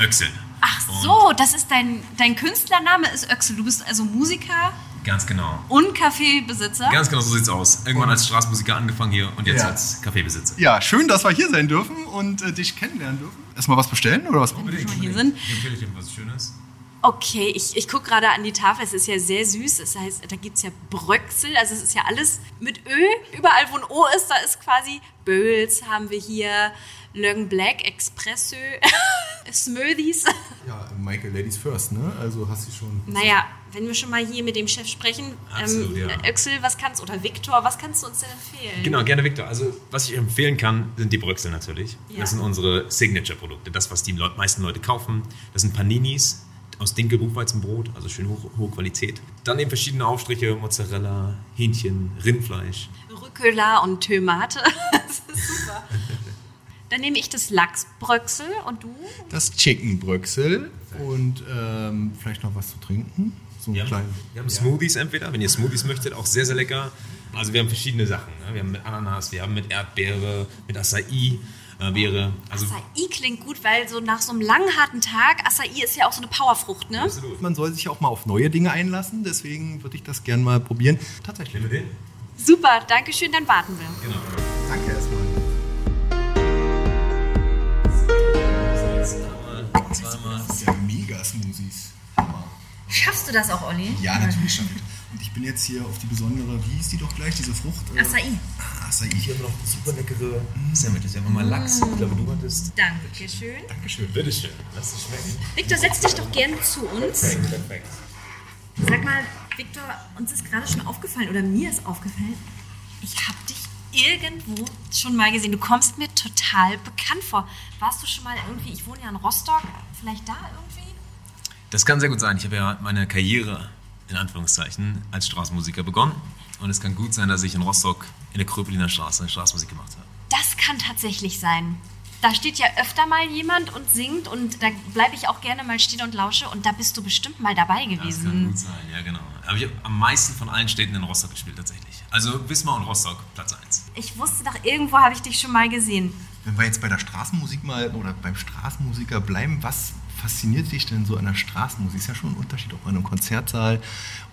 Öxel. Ach so, das ist dein, dein Künstlername ist Öxel. Du bist also Musiker Ganz genau. und Kaffeebesitzer. Ganz genau so sieht's aus. Irgendwann als Straßenmusiker angefangen hier und jetzt Ja. als Kaffeebesitzer. Ja, schön, dass wir hier sein dürfen und äh, dich kennenlernen dürfen. Erstmal was bestellen oder was? Unbedingt, schon mal hier unbedingt. Ich empfehle dir was Schönes. Okay, ich, ich gucke gerade an die Tafel. Es ist ja sehr süß. Es heißt, da gibt es ja Bröcksel. Also es ist ja alles mit Ö. Überall, wo ein O ist, da ist quasi Böls haben wir hier. Löggen Black, Expresso, (laughs) Smoothies. Ja, Maike, Ladies first, ne? Also hast du schon. Naja, wenn wir schon mal hier mit dem Chef sprechen, Absolut, ähm, ja. Öxel, was kannst oder Viktor, was kannst du uns denn empfehlen? Genau, gerne Viktor. Also, was ich empfehlen kann, sind die Bröcksel natürlich. Ja. Das sind unsere Signature-Produkte, das, was die Leut- meisten Leute kaufen. Das sind Paninis, aus Dinkelbuchweizenbrot, also schön hoch, hohe Qualität. Dann eben verschiedene Aufstriche, Mozzarella, Hähnchen, Rindfleisch. Rucola und Tomate. (laughs) Das ist super. Dann nehme ich das Lachsbröcksel und du? Das Chickenbröcksel und ähm, vielleicht noch was zu trinken. So ein Wir haben, kleines. wir haben Smoothies entweder, wenn ihr Smoothies möchtet, auch sehr, sehr lecker. Also wir haben verschiedene Sachen. Ne? Wir haben mit Ananas, wir haben mit Erdbeere, mit Acai. Äh, Beere. Also, Acai klingt gut, weil so nach so einem langen, harten Tag, Acai ist ja auch so eine Powerfrucht, ne? Man soll sich auch mal auf neue Dinge einlassen, deswegen würde ich das gerne mal probieren. Tatsächlich. Nehmen wir den? Super, danke schön, dann warten wir. Genau. Danke erstmal. Zweimal. Ja, mega Smoothies. Hammer. Schaffst du das auch, Olli? Ja, natürlich schon. Und ich bin jetzt hier auf die besondere, wie hieß die doch gleich, diese Frucht? Äh, Acai, Acai. Ah, Hier haben wir noch super leckere Sandwiches. Wir haben mal Lachs. Ich glaube, du hattest. danke schön. Dankeschön. Bitteschön. Lass es schmecken. Viktor, setz dich doch gerne zu uns. Perfekt, perfekt. Sag mal, Viktor, uns ist gerade schon aufgefallen oder mir ist aufgefallen, ich habe dich irgendwo schon mal gesehen. Du kommst mir total bekannt vor. Warst du schon mal irgendwie, ich wohne ja in Rostock, vielleicht da irgendwie? Das kann sehr gut sein. Ich habe ja meine Karriere in Anführungszeichen als Straßenmusiker begonnen. Und es kann gut sein, dass ich in Rostock in der Kröpeliner Straße Straßenmusik gemacht habe. Das kann tatsächlich sein. Da steht ja öfter mal jemand und singt und da bleibe ich auch gerne mal stehen und lausche und da bist du bestimmt mal dabei Das kann gewesen. gut sein, ja genau. Aber ich habe am meisten von allen Städten in Rostock gespielt tatsächlich. Also Wismar und Rostock, Platz 1. Ich wusste doch, irgendwo habe ich dich schon mal gesehen. Wenn wir jetzt bei der Straßenmusik mal oder beim Straßenmusiker bleiben, was fasziniert dich denn so an der Straßenmusik? Ist ja schon ein Unterschied, ob man im Konzertsaal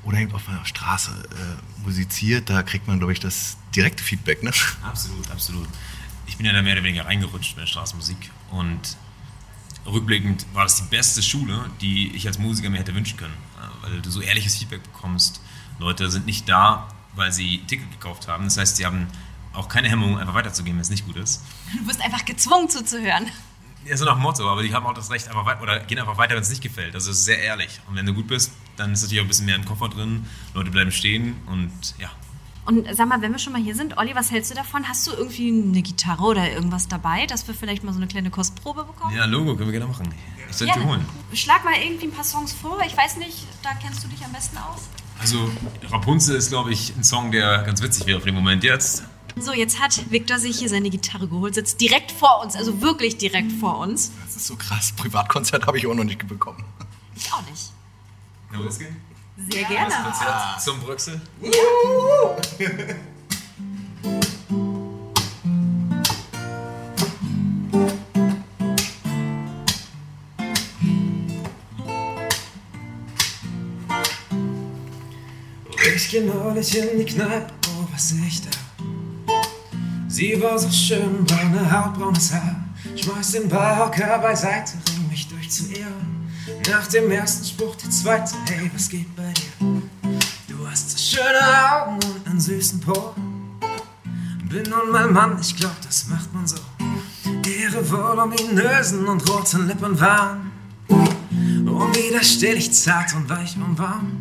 oder eben auf einer Straße äh, musiziert. Da kriegt man, glaube ich, das direkte Feedback. Ne? Absolut, absolut. Ich bin ja da mehr oder weniger reingerutscht mit der Straßenmusik und rückblickend war das die beste Schule, die ich als Musiker mir hätte wünschen können, äh, weil du so ehrliches Feedback bekommst. Leute sind nicht da, weil sie Ticket gekauft haben. Das heißt, sie haben auch keine Hemmung, einfach weiterzugehen, wenn es nicht gut ist. Du wirst einfach gezwungen zuzuhören. Ja, so nach dem Motto, aber die haben auch das Recht, einfach weit, oder gehen einfach weiter, wenn es nicht gefällt. Also es ist sehr ehrlich. Und wenn du gut bist, dann ist natürlich auch ein bisschen mehr im Koffer drin. Leute bleiben stehen und ja. Und sag mal, wenn wir schon mal hier sind, Olli, was hältst du davon? Hast du irgendwie eine Gitarre oder irgendwas dabei, dass wir vielleicht mal so eine kleine Kostprobe bekommen? Ja, Logo können wir gerne machen. Ich sollte die holen. Schlag mal irgendwie ein paar Songs vor. Ich weiß nicht, da kennst du dich am besten aus. Also Rapunzel ist, glaube ich, ein Song, der ganz witzig wäre auf den Moment jetzt. So, jetzt hat Viktor sich hier seine Gitarre geholt, sitzt direkt vor uns, also wirklich direkt vor uns. Das ist so krass. Privatkonzert habe ich auch noch nicht bekommen. Ich auch nicht. Ja, was geht? Sehr gerne. Konzert zum Brüxel. Ich genau ging neulich in die Kneipe, oh, was ich da. Sie war so schön, braune Haut, braunes Haar. Schmeiß den Barhocker beiseite, ring mich durch zu ihr. Nach dem ersten Spruch der zweite, hey, was geht bei dir? Du hast so schöne Augen und einen süßen Po. Bin nun mal Mann, ich glaub, das macht man so. Ihre voluminösen und roten Lippen waren unwiderstehlich zart und weich und warm.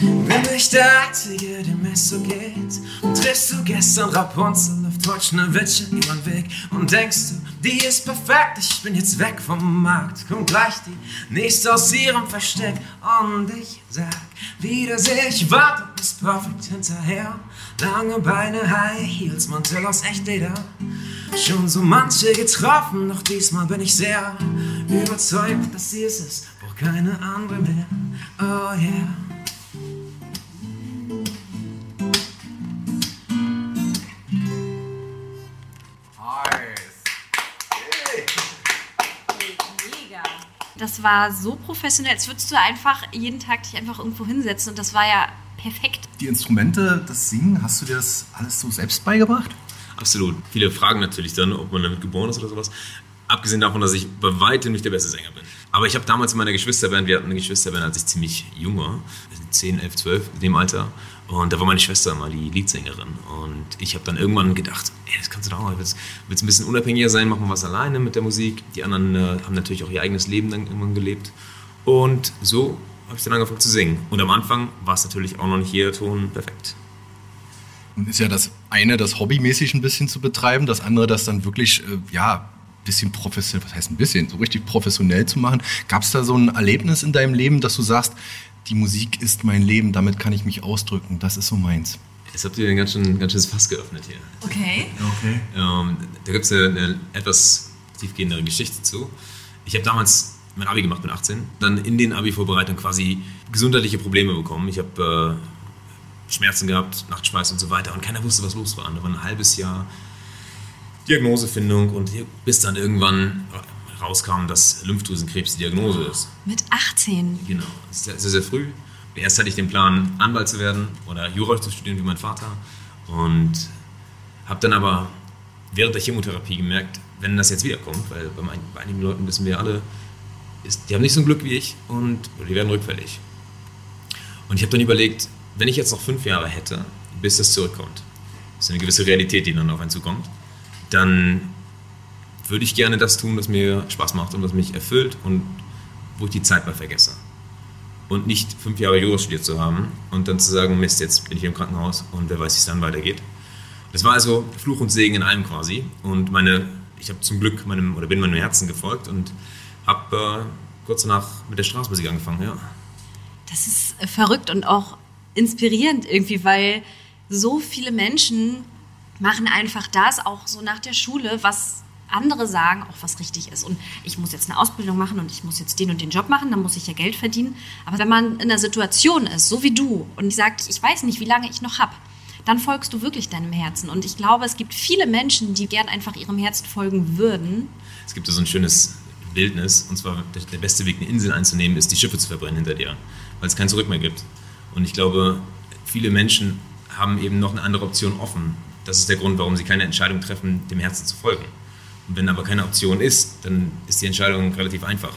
Bin ich der Einzige, dem es so geht? Und triffst du gestern Rapunzel auf Deutsch eine Witche ihren Weg? Und denkst du, die ist perfekt, ich bin jetzt weg vom Markt. Kommt gleich die nächste aus ihrem Versteck. Und ich sag, Wiedersehen, ich warte bis perfekt hinterher. Lange Beine, High Heels, Mantel aus Echtleder. Schon so manche getroffen, doch diesmal bin ich sehr überzeugt, dass sie es ist. Brauch keine andere mehr, oh yeah. Mega. Das war so professionell, als würdest du einfach jeden Tag dich einfach irgendwo hinsetzen und das war ja perfekt. Die Instrumente, das Singen, hast du dir das alles so selbst beigebracht? Absolut. Viele fragen natürlich dann, ob man damit geboren ist oder sowas. Abgesehen davon, dass ich bei weitem nicht der beste Sänger bin. Aber ich habe damals in meiner Geschwisterband, wir hatten eine Geschwisterband, als ich ziemlich jung war, also 10, 11, 12, in dem Alter. Und da war meine Schwester mal die Leadsängerin. Und ich habe dann irgendwann gedacht, ey, das kannst du doch auch mal. Willst, willst ein bisschen unabhängiger sein, mach mal was alleine mit der Musik. Die anderen äh, haben natürlich auch ihr eigenes Leben dann irgendwann gelebt. Und so habe ich dann angefangen zu singen. Und am Anfang war es natürlich auch noch nicht jeder Ton perfekt. Und ist ja das eine, das hobbymäßig ein bisschen zu betreiben, das andere, das dann wirklich, äh, ja, bisschen professionell, was heißt ein bisschen, so richtig professionell zu machen. Gab es da so ein Erlebnis in deinem Leben, dass du sagst, die Musik ist mein Leben, damit kann ich mich ausdrücken, das ist so meins? Jetzt habt ihr ein ganz, schön, ganz schönes Fass geöffnet hier. Okay. Ähm, da gibt es eine, eine etwas tiefgehendere Geschichte zu. Ich habe damals mein Abi gemacht mit 18, dann in den Abi-Vorbereitungen quasi gesundheitliche Probleme bekommen. Ich habe äh, Schmerzen gehabt, Nachtschweiß und so weiter und keiner wusste, was los war. Und da war ein halbes Jahr Diagnosefindung und bis dann irgendwann rauskam, dass Lymphdrüsenkrebs die Diagnose ist. Mit 18. Genau, das ist sehr, sehr, sehr früh. Erst hatte ich den Plan, Anwalt zu werden oder Jura zu studieren wie mein Vater. Und habe dann aber während der Chemotherapie gemerkt, wenn das jetzt wiederkommt, weil bei, mein, bei einigen Leuten wissen wir alle, ist, die haben nicht so ein Glück wie ich und oder die werden rückfällig. Und ich habe dann überlegt, wenn ich jetzt noch fünf Jahre hätte, bis das zurückkommt, das ist eine gewisse Realität, die dann auf einen zukommt, dann würde ich gerne das tun, was mir Spaß macht und was mich erfüllt und wo ich die Zeit mal vergesse. Und nicht fünf Jahre Jura studiert zu haben und dann zu sagen, Mist, jetzt bin ich im Krankenhaus und wer weiß, wie es dann weitergeht. Das war also Fluch und Segen in einem quasi. Und meine, ich habe zum Glück meinem, oder bin meinem Herzen gefolgt und habe äh, kurz danach mit der Straßenmusik angefangen, ja. Das ist äh, verrückt und auch inspirierend irgendwie, weil so viele Menschen machen einfach das, auch so nach der Schule, was andere sagen, auch was richtig ist. Und ich muss jetzt eine Ausbildung machen und ich muss jetzt den und den Job machen, dann muss ich ja Geld verdienen. Aber wenn man in einer Situation ist, so wie du, und sagt, ich weiß nicht, wie lange ich noch habe, dann folgst du wirklich deinem Herzen. Und ich glaube, es gibt viele Menschen, die gern einfach ihrem Herzen folgen würden. Es gibt da so ein schönes Bildnis, und zwar der- der beste Weg, eine Insel einzunehmen, ist, die Schiffe zu verbrennen hinter dir, weil es kein Zurück mehr gibt. Und ich glaube, viele Menschen haben eben noch eine andere Option offen. Das ist der Grund, warum sie keine Entscheidung treffen, dem Herzen zu folgen. Und wenn aber keine Option ist, dann ist die Entscheidung relativ einfach.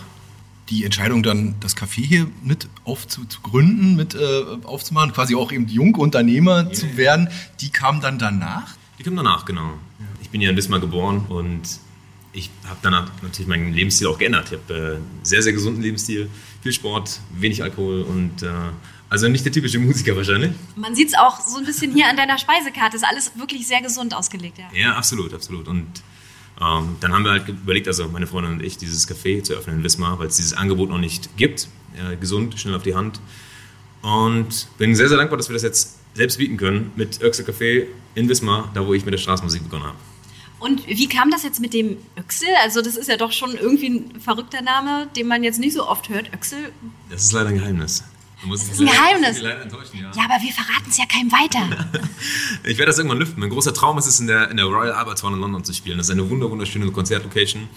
die Entscheidung dann, das Café hier mit aufzu- zu gründen, mit äh, aufzumachen, quasi auch eben Jungunternehmer zu werden, die kam dann danach. Die kommen danach, genau. Ich bin ja in Wismar geboren und ich habe danach natürlich meinen Lebensstil auch geändert. Ich habe äh, einen sehr, sehr gesunden Lebensstil, viel Sport, wenig Alkohol und äh, also nicht der typische Musiker wahrscheinlich. Man sieht es auch so ein bisschen hier an deiner Speisekarte, ist alles wirklich sehr gesund ausgelegt, ja. Ja, absolut, absolut. Und ähm, dann haben wir halt überlegt, also meine Freundin und ich, dieses Café zu öffnen in Wismar, weil es dieses Angebot noch nicht gibt. Äh, gesund, schnell auf die Hand. Und bin sehr, sehr dankbar, dass wir das jetzt selbst bieten können mit Öxel Café in Wismar, da wo ich mit der Straßenmusik begonnen habe. Und wie kam das jetzt mit dem Öxel? Also das ist ja doch schon irgendwie ein verrückter Name, den man jetzt nicht so oft hört. Öxel. Das ist leider ein Geheimnis. Du musst ist ein leider- Geheimnis. musst dich leider enttäuschen, ja. Ja, aber wir verraten es ja keinem weiter. Ich werde das irgendwann lüften. Mein großer Traum ist es, in der, in der Royal Albert Hall in London zu spielen. Das ist eine wunder- wunderschöne Konzertlocation.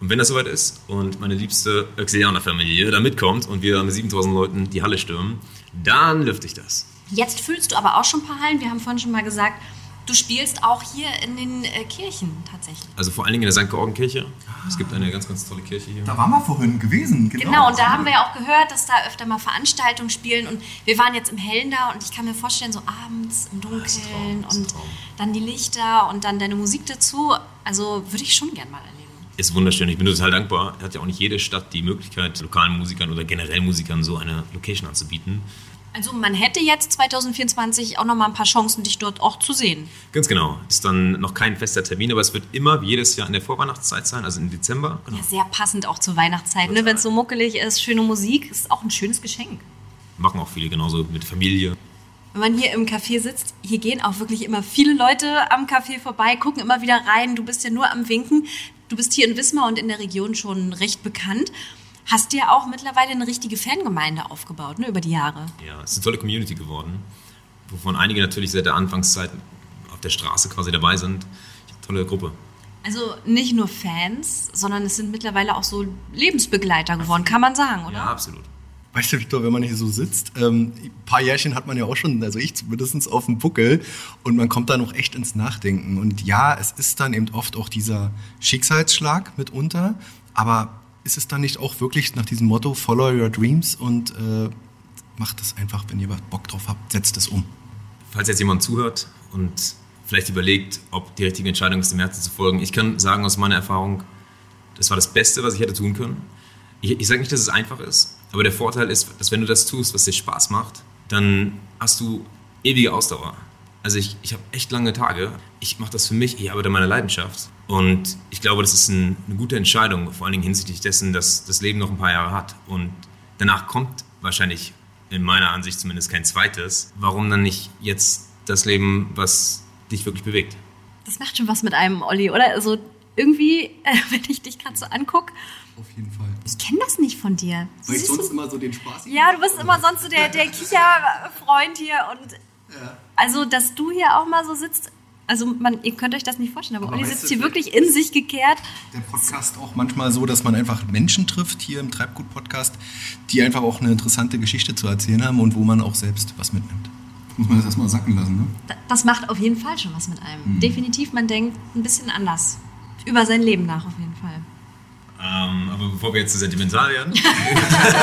Und wenn das soweit ist und meine liebste Öxelianer-Familie da mitkommt und wir mit 7000 Leuten die Halle stürmen, dann lüfte ich das. Jetzt füllst du aber auch schon ein paar Hallen. Wir haben vorhin schon mal gesagt, du spielst auch hier in den äh, Kirchen tatsächlich. Also vor allen Dingen in der St. Georgen-Kirche. Es gibt eine ganz, ganz tolle Kirche hier. Da waren wir vorhin gewesen. Genau, Genau, und da haben wir ja auch gehört, dass da öfter mal Veranstaltungen spielen. Und wir waren jetzt im Hellen da und ich kann mir vorstellen, so abends im ist ein Traum, Dunkeln ist ein und Traum. dann die Lichter und dann deine Musik dazu. Also würde ich schon gern mal erleben. Ist wunderschön. Ich bin total dankbar. Hat ja auch nicht jede Stadt die Möglichkeit, lokalen Musikern oder generell Musikern so eine Location anzubieten. Also man hätte jetzt 2024 auch noch mal ein paar Chancen, dich dort auch zu sehen. Ganz genau. Ist dann noch kein fester Termin, aber es wird immer jedes Jahr in der Vorweihnachtszeit sein, also im Dezember. Genau. Ja, sehr passend auch zur Weihnachtszeit, ne? wenn es so muckelig ist, schöne Musik, ist auch ein schönes Geschenk. Machen auch viele genauso mit Familie. Wenn man hier im Café sitzt, hier gehen auch wirklich immer viele Leute am Café vorbei, gucken immer wieder rein. Du bist ja nur am Winken. Du bist hier in Wismar und in der Region schon recht bekannt. Hast dir auch mittlerweile eine richtige Fangemeinde aufgebaut, ne, über die Jahre. Ja, es ist eine tolle Community geworden, wovon einige natürlich seit der Anfangszeit auf der Straße quasi dabei sind. Ich hab eine tolle Gruppe. Also nicht nur Fans, sondern es sind mittlerweile auch so Lebensbegleiter geworden, kann man sagen, oder? Ja, absolut. Weißt du, Victor, wenn man hier so sitzt, ähm, ein paar Jährchen hat man ja auch schon, also ich zumindest auf dem Buckel und man kommt da noch echt ins Nachdenken. Und ja, es ist dann eben oft auch dieser Schicksalsschlag mitunter, aber ist es dann nicht auch wirklich nach diesem Motto Follow Your Dreams und äh, macht es einfach, wenn ihr Bock drauf habt, setzt es um. Falls jetzt jemand zuhört und vielleicht überlegt, ob die richtige Entscheidung ist, dem Herzen zu folgen, ich kann sagen aus meiner Erfahrung, das war das Beste, was ich hätte tun können. Ich, ich sage nicht, dass es einfach ist, aber der Vorteil ist, dass wenn du das tust, was dir Spaß macht, dann hast du ewige Ausdauer. Also ich, ich habe echt lange Tage. Ich mache das für mich, ich arbeite an meiner Leidenschaft. Und ich glaube, das ist ein, eine gute Entscheidung, vor allen Dingen hinsichtlich dessen, dass das Leben noch ein paar Jahre hat. Und danach kommt wahrscheinlich, in meiner Ansicht zumindest, kein zweites. Warum dann nicht jetzt das Leben, was dich wirklich bewegt? Das macht schon was mit einem, Olli, oder? Also irgendwie, (laughs) äh, wenn ich dich gerade so angucke, Auf jeden Fall. ich kenne das nicht von dir. Weil ich Siehst sonst du- immer so den Spaß. Ja, du bist immer sonst so der, der Kicherfreund hier und also, dass du hier auch mal so sitzt, also man, ihr könnt euch das nicht vorstellen, aber, Aber Olli weißt sitzt du, hier wirklich in sich gekehrt. Der Podcast auch manchmal so, dass man einfach Menschen trifft hier im Treibgut-Podcast, die einfach auch eine interessante Geschichte zu erzählen haben und wo man auch selbst was mitnimmt. Muss man das erstmal sacken lassen, ne? Da- Das macht auf jeden Fall schon was mit einem. Definitiv, man denkt ein bisschen anders. Über sein Leben nach auf jeden Fall. Ähm, aber bevor wir jetzt zu sentimental (laughs) werden,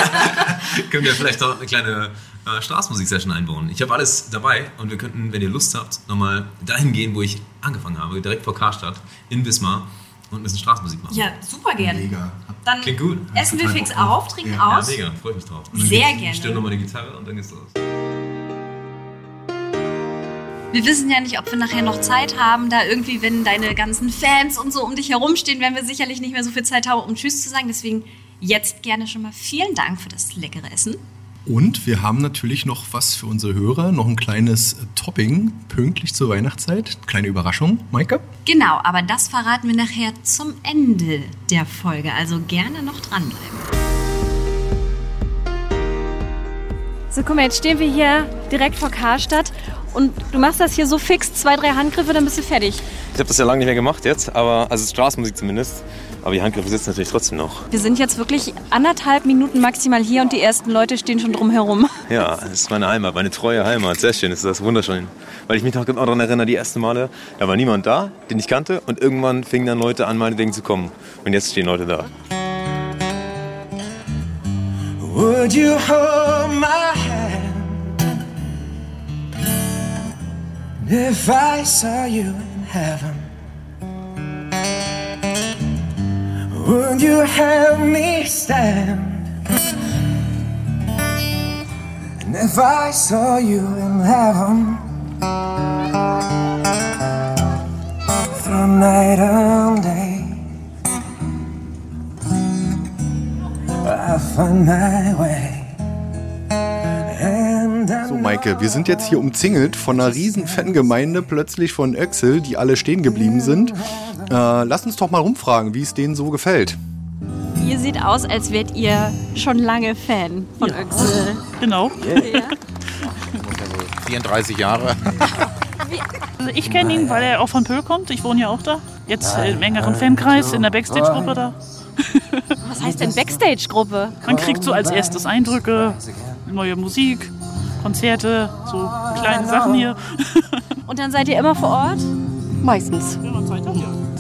(laughs) können wir vielleicht auch eine kleine äh, Straßenmusik-Session einbauen. Ich habe alles dabei und wir könnten, wenn ihr Lust habt, nochmal dahin gehen, wo ich angefangen habe, direkt vor Karstadt in Wismar und ein bisschen Straßenmusik machen. Ja, super gerne. Mhm. Mega. Dann Klingt gut. essen wir fix auf, trinken Ja, aus. mega, freue ich mich drauf. Und dann Sehr geht's- gerne. Ich stelle nochmal die Gitarre und dann geht's los. Wir wissen ja nicht, ob wir nachher noch Zeit haben, da irgendwie, wenn deine ganzen Fans und so um dich herumstehen, werden wir sicherlich nicht mehr so viel Zeit haben, um Tschüss zu sagen. Deswegen jetzt gerne schon mal vielen Dank für das leckere Essen. Und wir haben natürlich noch was für unsere Hörer, noch ein kleines äh, Topping, pünktlich zur Weihnachtszeit. Kleine Überraschung, Maike. Genau, aber das verraten wir nachher zum Ende der Folge. Also gerne noch dranbleiben. So, guck mal, jetzt stehen wir hier direkt vor Karstadt und du machst das hier so fix, zwei, drei Handgriffe, dann bist du fertig. Ich habe das ja lange nicht mehr gemacht jetzt, aber also Straßenmusik zumindest. Aber die Handgriffe sitzen natürlich trotzdem noch. Wir sind jetzt wirklich anderthalb Minuten maximal hier und die ersten Leute stehen schon drumherum. (laughs) Ja, das ist meine Heimat, meine treue Heimat. Sehr schön, ist das wunderschön. Weil ich mich noch genau daran erinnere, die ersten Male, da war niemand da, den ich kannte. Und irgendwann fingen dann Leute an, meinetwegen zu kommen. Und jetzt stehen Leute da. Would you hold my hand if I saw you in heaven? Would you help me stand? And if I saw you in heaven, through night and day, I find my way. And I So, Maike, wir sind jetzt hier umzingelt von einer riesen Fangemeinde, plötzlich von Öxel, die alle stehen geblieben sind. Äh, lass uns doch mal rumfragen, wie es denen so gefällt. Ihr seht aus, als wärt ihr schon lange Fan von Öxel. Genau. Ja. 34 Jahre. Also ich kenne ihn, weil er auch von Pöhl kommt. Ich wohne ja auch da. Jetzt äh, im engeren Fankreis, in der Backstage-Gruppe da. Was heißt denn Backstage-Gruppe? Man kriegt so als erstes Eindrücke, neue Musik, Konzerte, so kleine Sachen hier. Und dann seid ihr immer vor Ort? Meistens.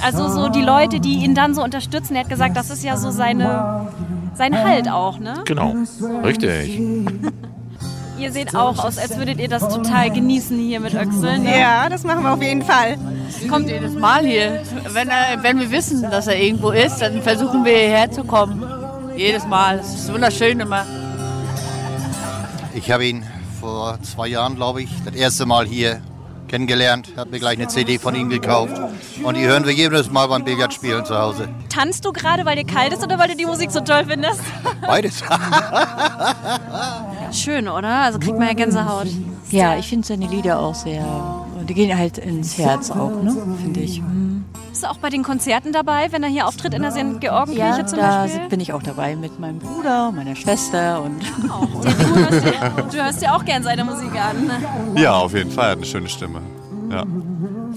Also so die Leute, die ihn dann so unterstützen. Er hat gesagt, das ist ja so seine, sein Halt auch, ne? Genau. Richtig. Ihr seht auch aus, als würdet ihr das total genießen hier mit Öxel. Ne? Ja, das machen wir auf jeden Fall. Kommt jedes Mal hier. Wenn, er, wenn wir wissen, dass er irgendwo ist, dann versuchen wir hierher zu kommen. Jedes Mal. Es ist wunderschön immer. Ich habe ihn vor zwei Jahren, glaube ich, das erste Mal hier kennengelernt. Habe mir gleich eine CD von ihm gekauft. Und die hören wir jedes Mal beim Billardspielen zu Hause. Tanzt du gerade, weil dir kalt ist oder weil du die Musik so toll findest? Beides. Schön, oder? Also kriegt man ja Gänsehaut. Ja, ich finde seine Lieder auch sehr. Die gehen halt ins Herz auch, ne? Finde ich. Bist du auch bei den Konzerten dabei, wenn er hier auftritt in der St. Georgenkirche Ja, zum da Beispiel? bin ich auch dabei mit meinem Bruder, meiner Schwester und. Du Oh, hörst ja auch gern seine Musik an. (laughs) ne? Ja, auf jeden Fall. Hat eine schöne Stimme. Ja.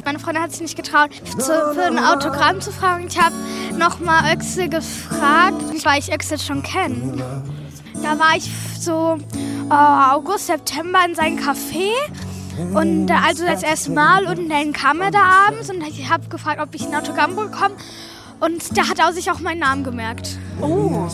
Meine Freundin hat sich nicht getraut, zu, für ein Autogramm zu fragen. Ich habe nochmal Öxel gefragt, weil ich Öxel schon kenne. Da war ich so äh, August, September in seinem Café. Und da- also das erste Mal und dann kam er da abends und ich habe gefragt, ob ich ein Autogramm bekomme. Und da hat er sich auch meinen Namen gemerkt. Oh,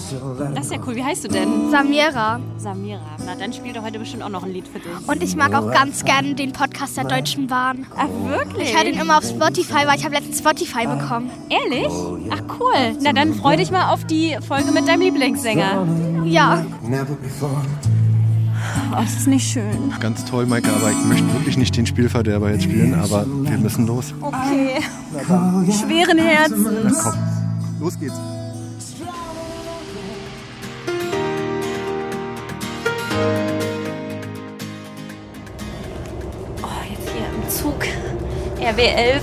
das ist ja cool. Wie heißt du denn? Samira. Samira. Na, dann spielt er heute bestimmt auch noch ein Lied für dich. Und ich mag auch ganz gerne den Podcast der Deutschen Bahn. Ach, wirklich? Ich höre den immer auf Spotify, weil ich habe letztens Spotify bekommen. Ehrlich? Ach, cool. Na, dann freu dich mal auf die Folge mit deinem Lieblingssänger. Ja. Never before Oh, ist das nicht schön. Ganz toll, Maike, aber ich möchte wirklich nicht den Spielverderber jetzt spielen, aber wir müssen los. Okay. Schweren Herzens. Komm, los geht's. Oh, jetzt hier im Zug. RW11.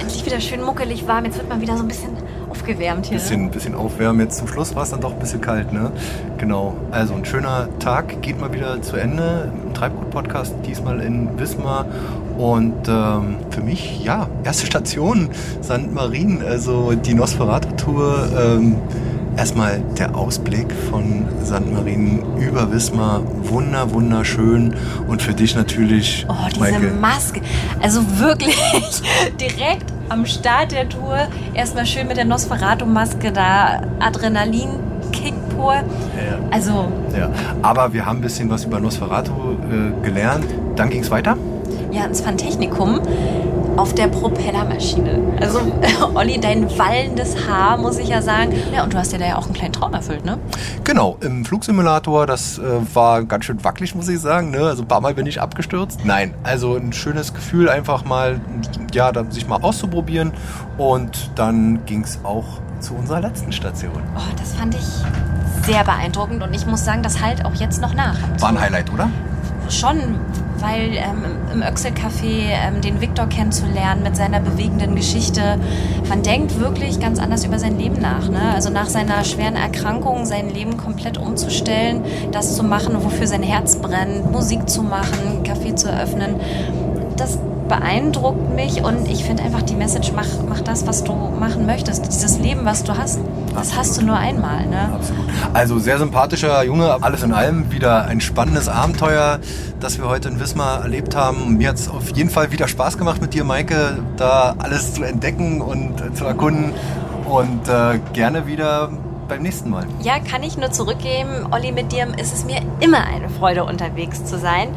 Endlich wieder schön muckelig warm. Jetzt wird man wieder so ein bisschen aufgewärmt hier. Bisschen, bisschen aufwärmen. Jetzt zum Schluss war es dann doch ein bisschen kalt, ne? Genau. Also ein schöner Tag geht mal wieder zu Ende. Im Treibgut-Podcast diesmal in Wismar. Und ähm, für mich, ja, erste Station, St. Marien, also die Nosferatu-Tour. Ähm, Erstmal der Ausblick von St. Marien über Wismar. Wunder, wunderschön. Und für dich natürlich, Oh, diese Maske. Also wirklich (laughs) direkt am Start der Tour erstmal schön mit der Nosferatu-Maske da Adrenalin-Kick pur. Also, Ja, aber wir haben ein bisschen was über Nosferatu äh, gelernt. Dann ging es weiter. ja, ins Fantechnikum auf der Propellermaschine. Also, (laughs) Olli, dein wallendes Haar, muss ich ja sagen. Ja, und du hast ja da ja auch einen kleinen Traum erfüllt, ne? Genau, im Flugsimulator, das äh, war ganz schön wackelig, muss ich sagen. Ne? Also ein paar Mal bin ich abgestürzt. Nein, also ein schönes Gefühl, einfach mal, ja, da, sich mal auszuprobieren. Und dann ging es auch zu unserer letzten Station. Oh, Das fand ich sehr beeindruckend und ich muss sagen, das halt auch jetzt noch nach. War ein Highlight, oder? Schon, weil ähm, im Öxel-Café ähm, den Viktor kennenzulernen mit seiner bewegenden Geschichte, man denkt wirklich ganz anders über sein Leben nach. Ne? Also nach seiner schweren Erkrankung sein Leben komplett umzustellen, das zu machen, wofür sein Herz brennt, Musik zu machen, Café zu eröffnen, das beeindruckt mich und ich finde einfach die Message, mach, mach das, was du machen möchtest. Dieses Leben, was du hast, das hast du nur einmal. Ne? Also sehr sympathischer Junge, alles in allem wieder ein spannendes Abenteuer, das wir heute in Wismar erlebt haben. Mir hat es auf jeden Fall wieder Spaß gemacht mit dir, Maike, da alles zu entdecken und äh, zu erkunden. Und äh, gerne wieder beim nächsten Mal. Ja, kann ich nur zurückgeben. Olli, mit dir ist es mir immer eine Freude, unterwegs zu sein.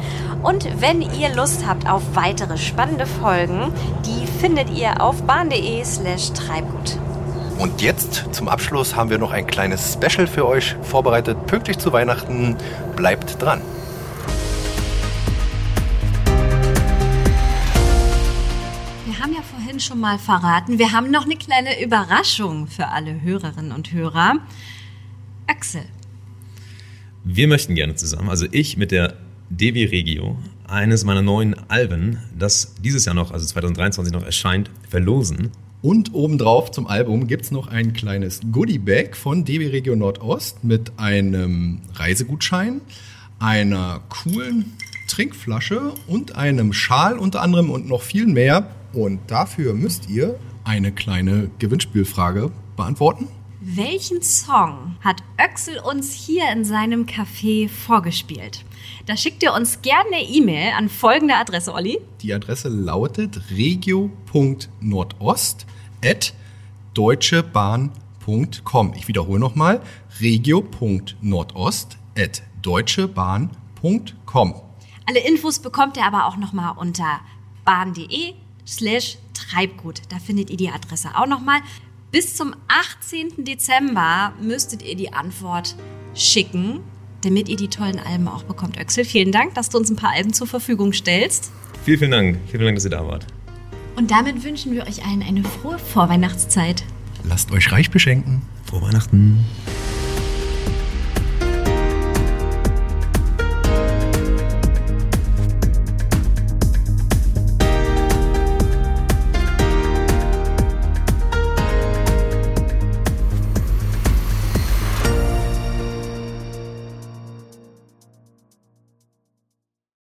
Und wenn ihr Lust habt auf weitere spannende Folgen, die findet ihr auf bahn.de slash treibgut. Und jetzt zum Abschluss haben wir noch ein kleines Special für euch vorbereitet, pünktlich zu Weihnachten. Bleibt dran. Wir haben ja vorhin schon mal verraten, wir haben noch eine kleine Überraschung für alle Hörerinnen und Hörer. Axel, Wir möchten gerne zusammen, also ich mit der Devi Regio, eines meiner neuen Alben, das dieses Jahr noch, also 2023 noch erscheint, verlosen. Und obendrauf zum Album gibt es noch ein kleines Goodie-Bag von DB Region Nordost mit einem Reisegutschein, einer coolen Trinkflasche und einem Schal unter anderem und noch viel mehr. Und dafür müsst ihr eine kleine Gewinnspielfrage beantworten. welchen Song hat Öxel uns hier in seinem Café vorgespielt? Da schickt ihr uns gerne eine E-Mail an folgende Adresse, Olli. Die Adresse lautet regio.nordost at deutschebahn.com. Ich wiederhole nochmal, regio.nordost at deutschebahn.com. Alle Infos bekommt ihr aber auch nochmal unter bahn.de slash treibgut. Da findet ihr die Adresse auch nochmal. Bis zum 18. Dezember müsstet ihr die Antwort schicken, damit ihr die tollen Alben auch bekommt. Öxel, vielen Dank, dass du uns ein paar Alben zur Verfügung stellst. Vielen, vielen Dank. Vielen Dank, dass ihr da wart. Und damit wünschen wir euch allen eine frohe Vorweihnachtszeit. Lasst euch reich beschenken. Frohe Weihnachten.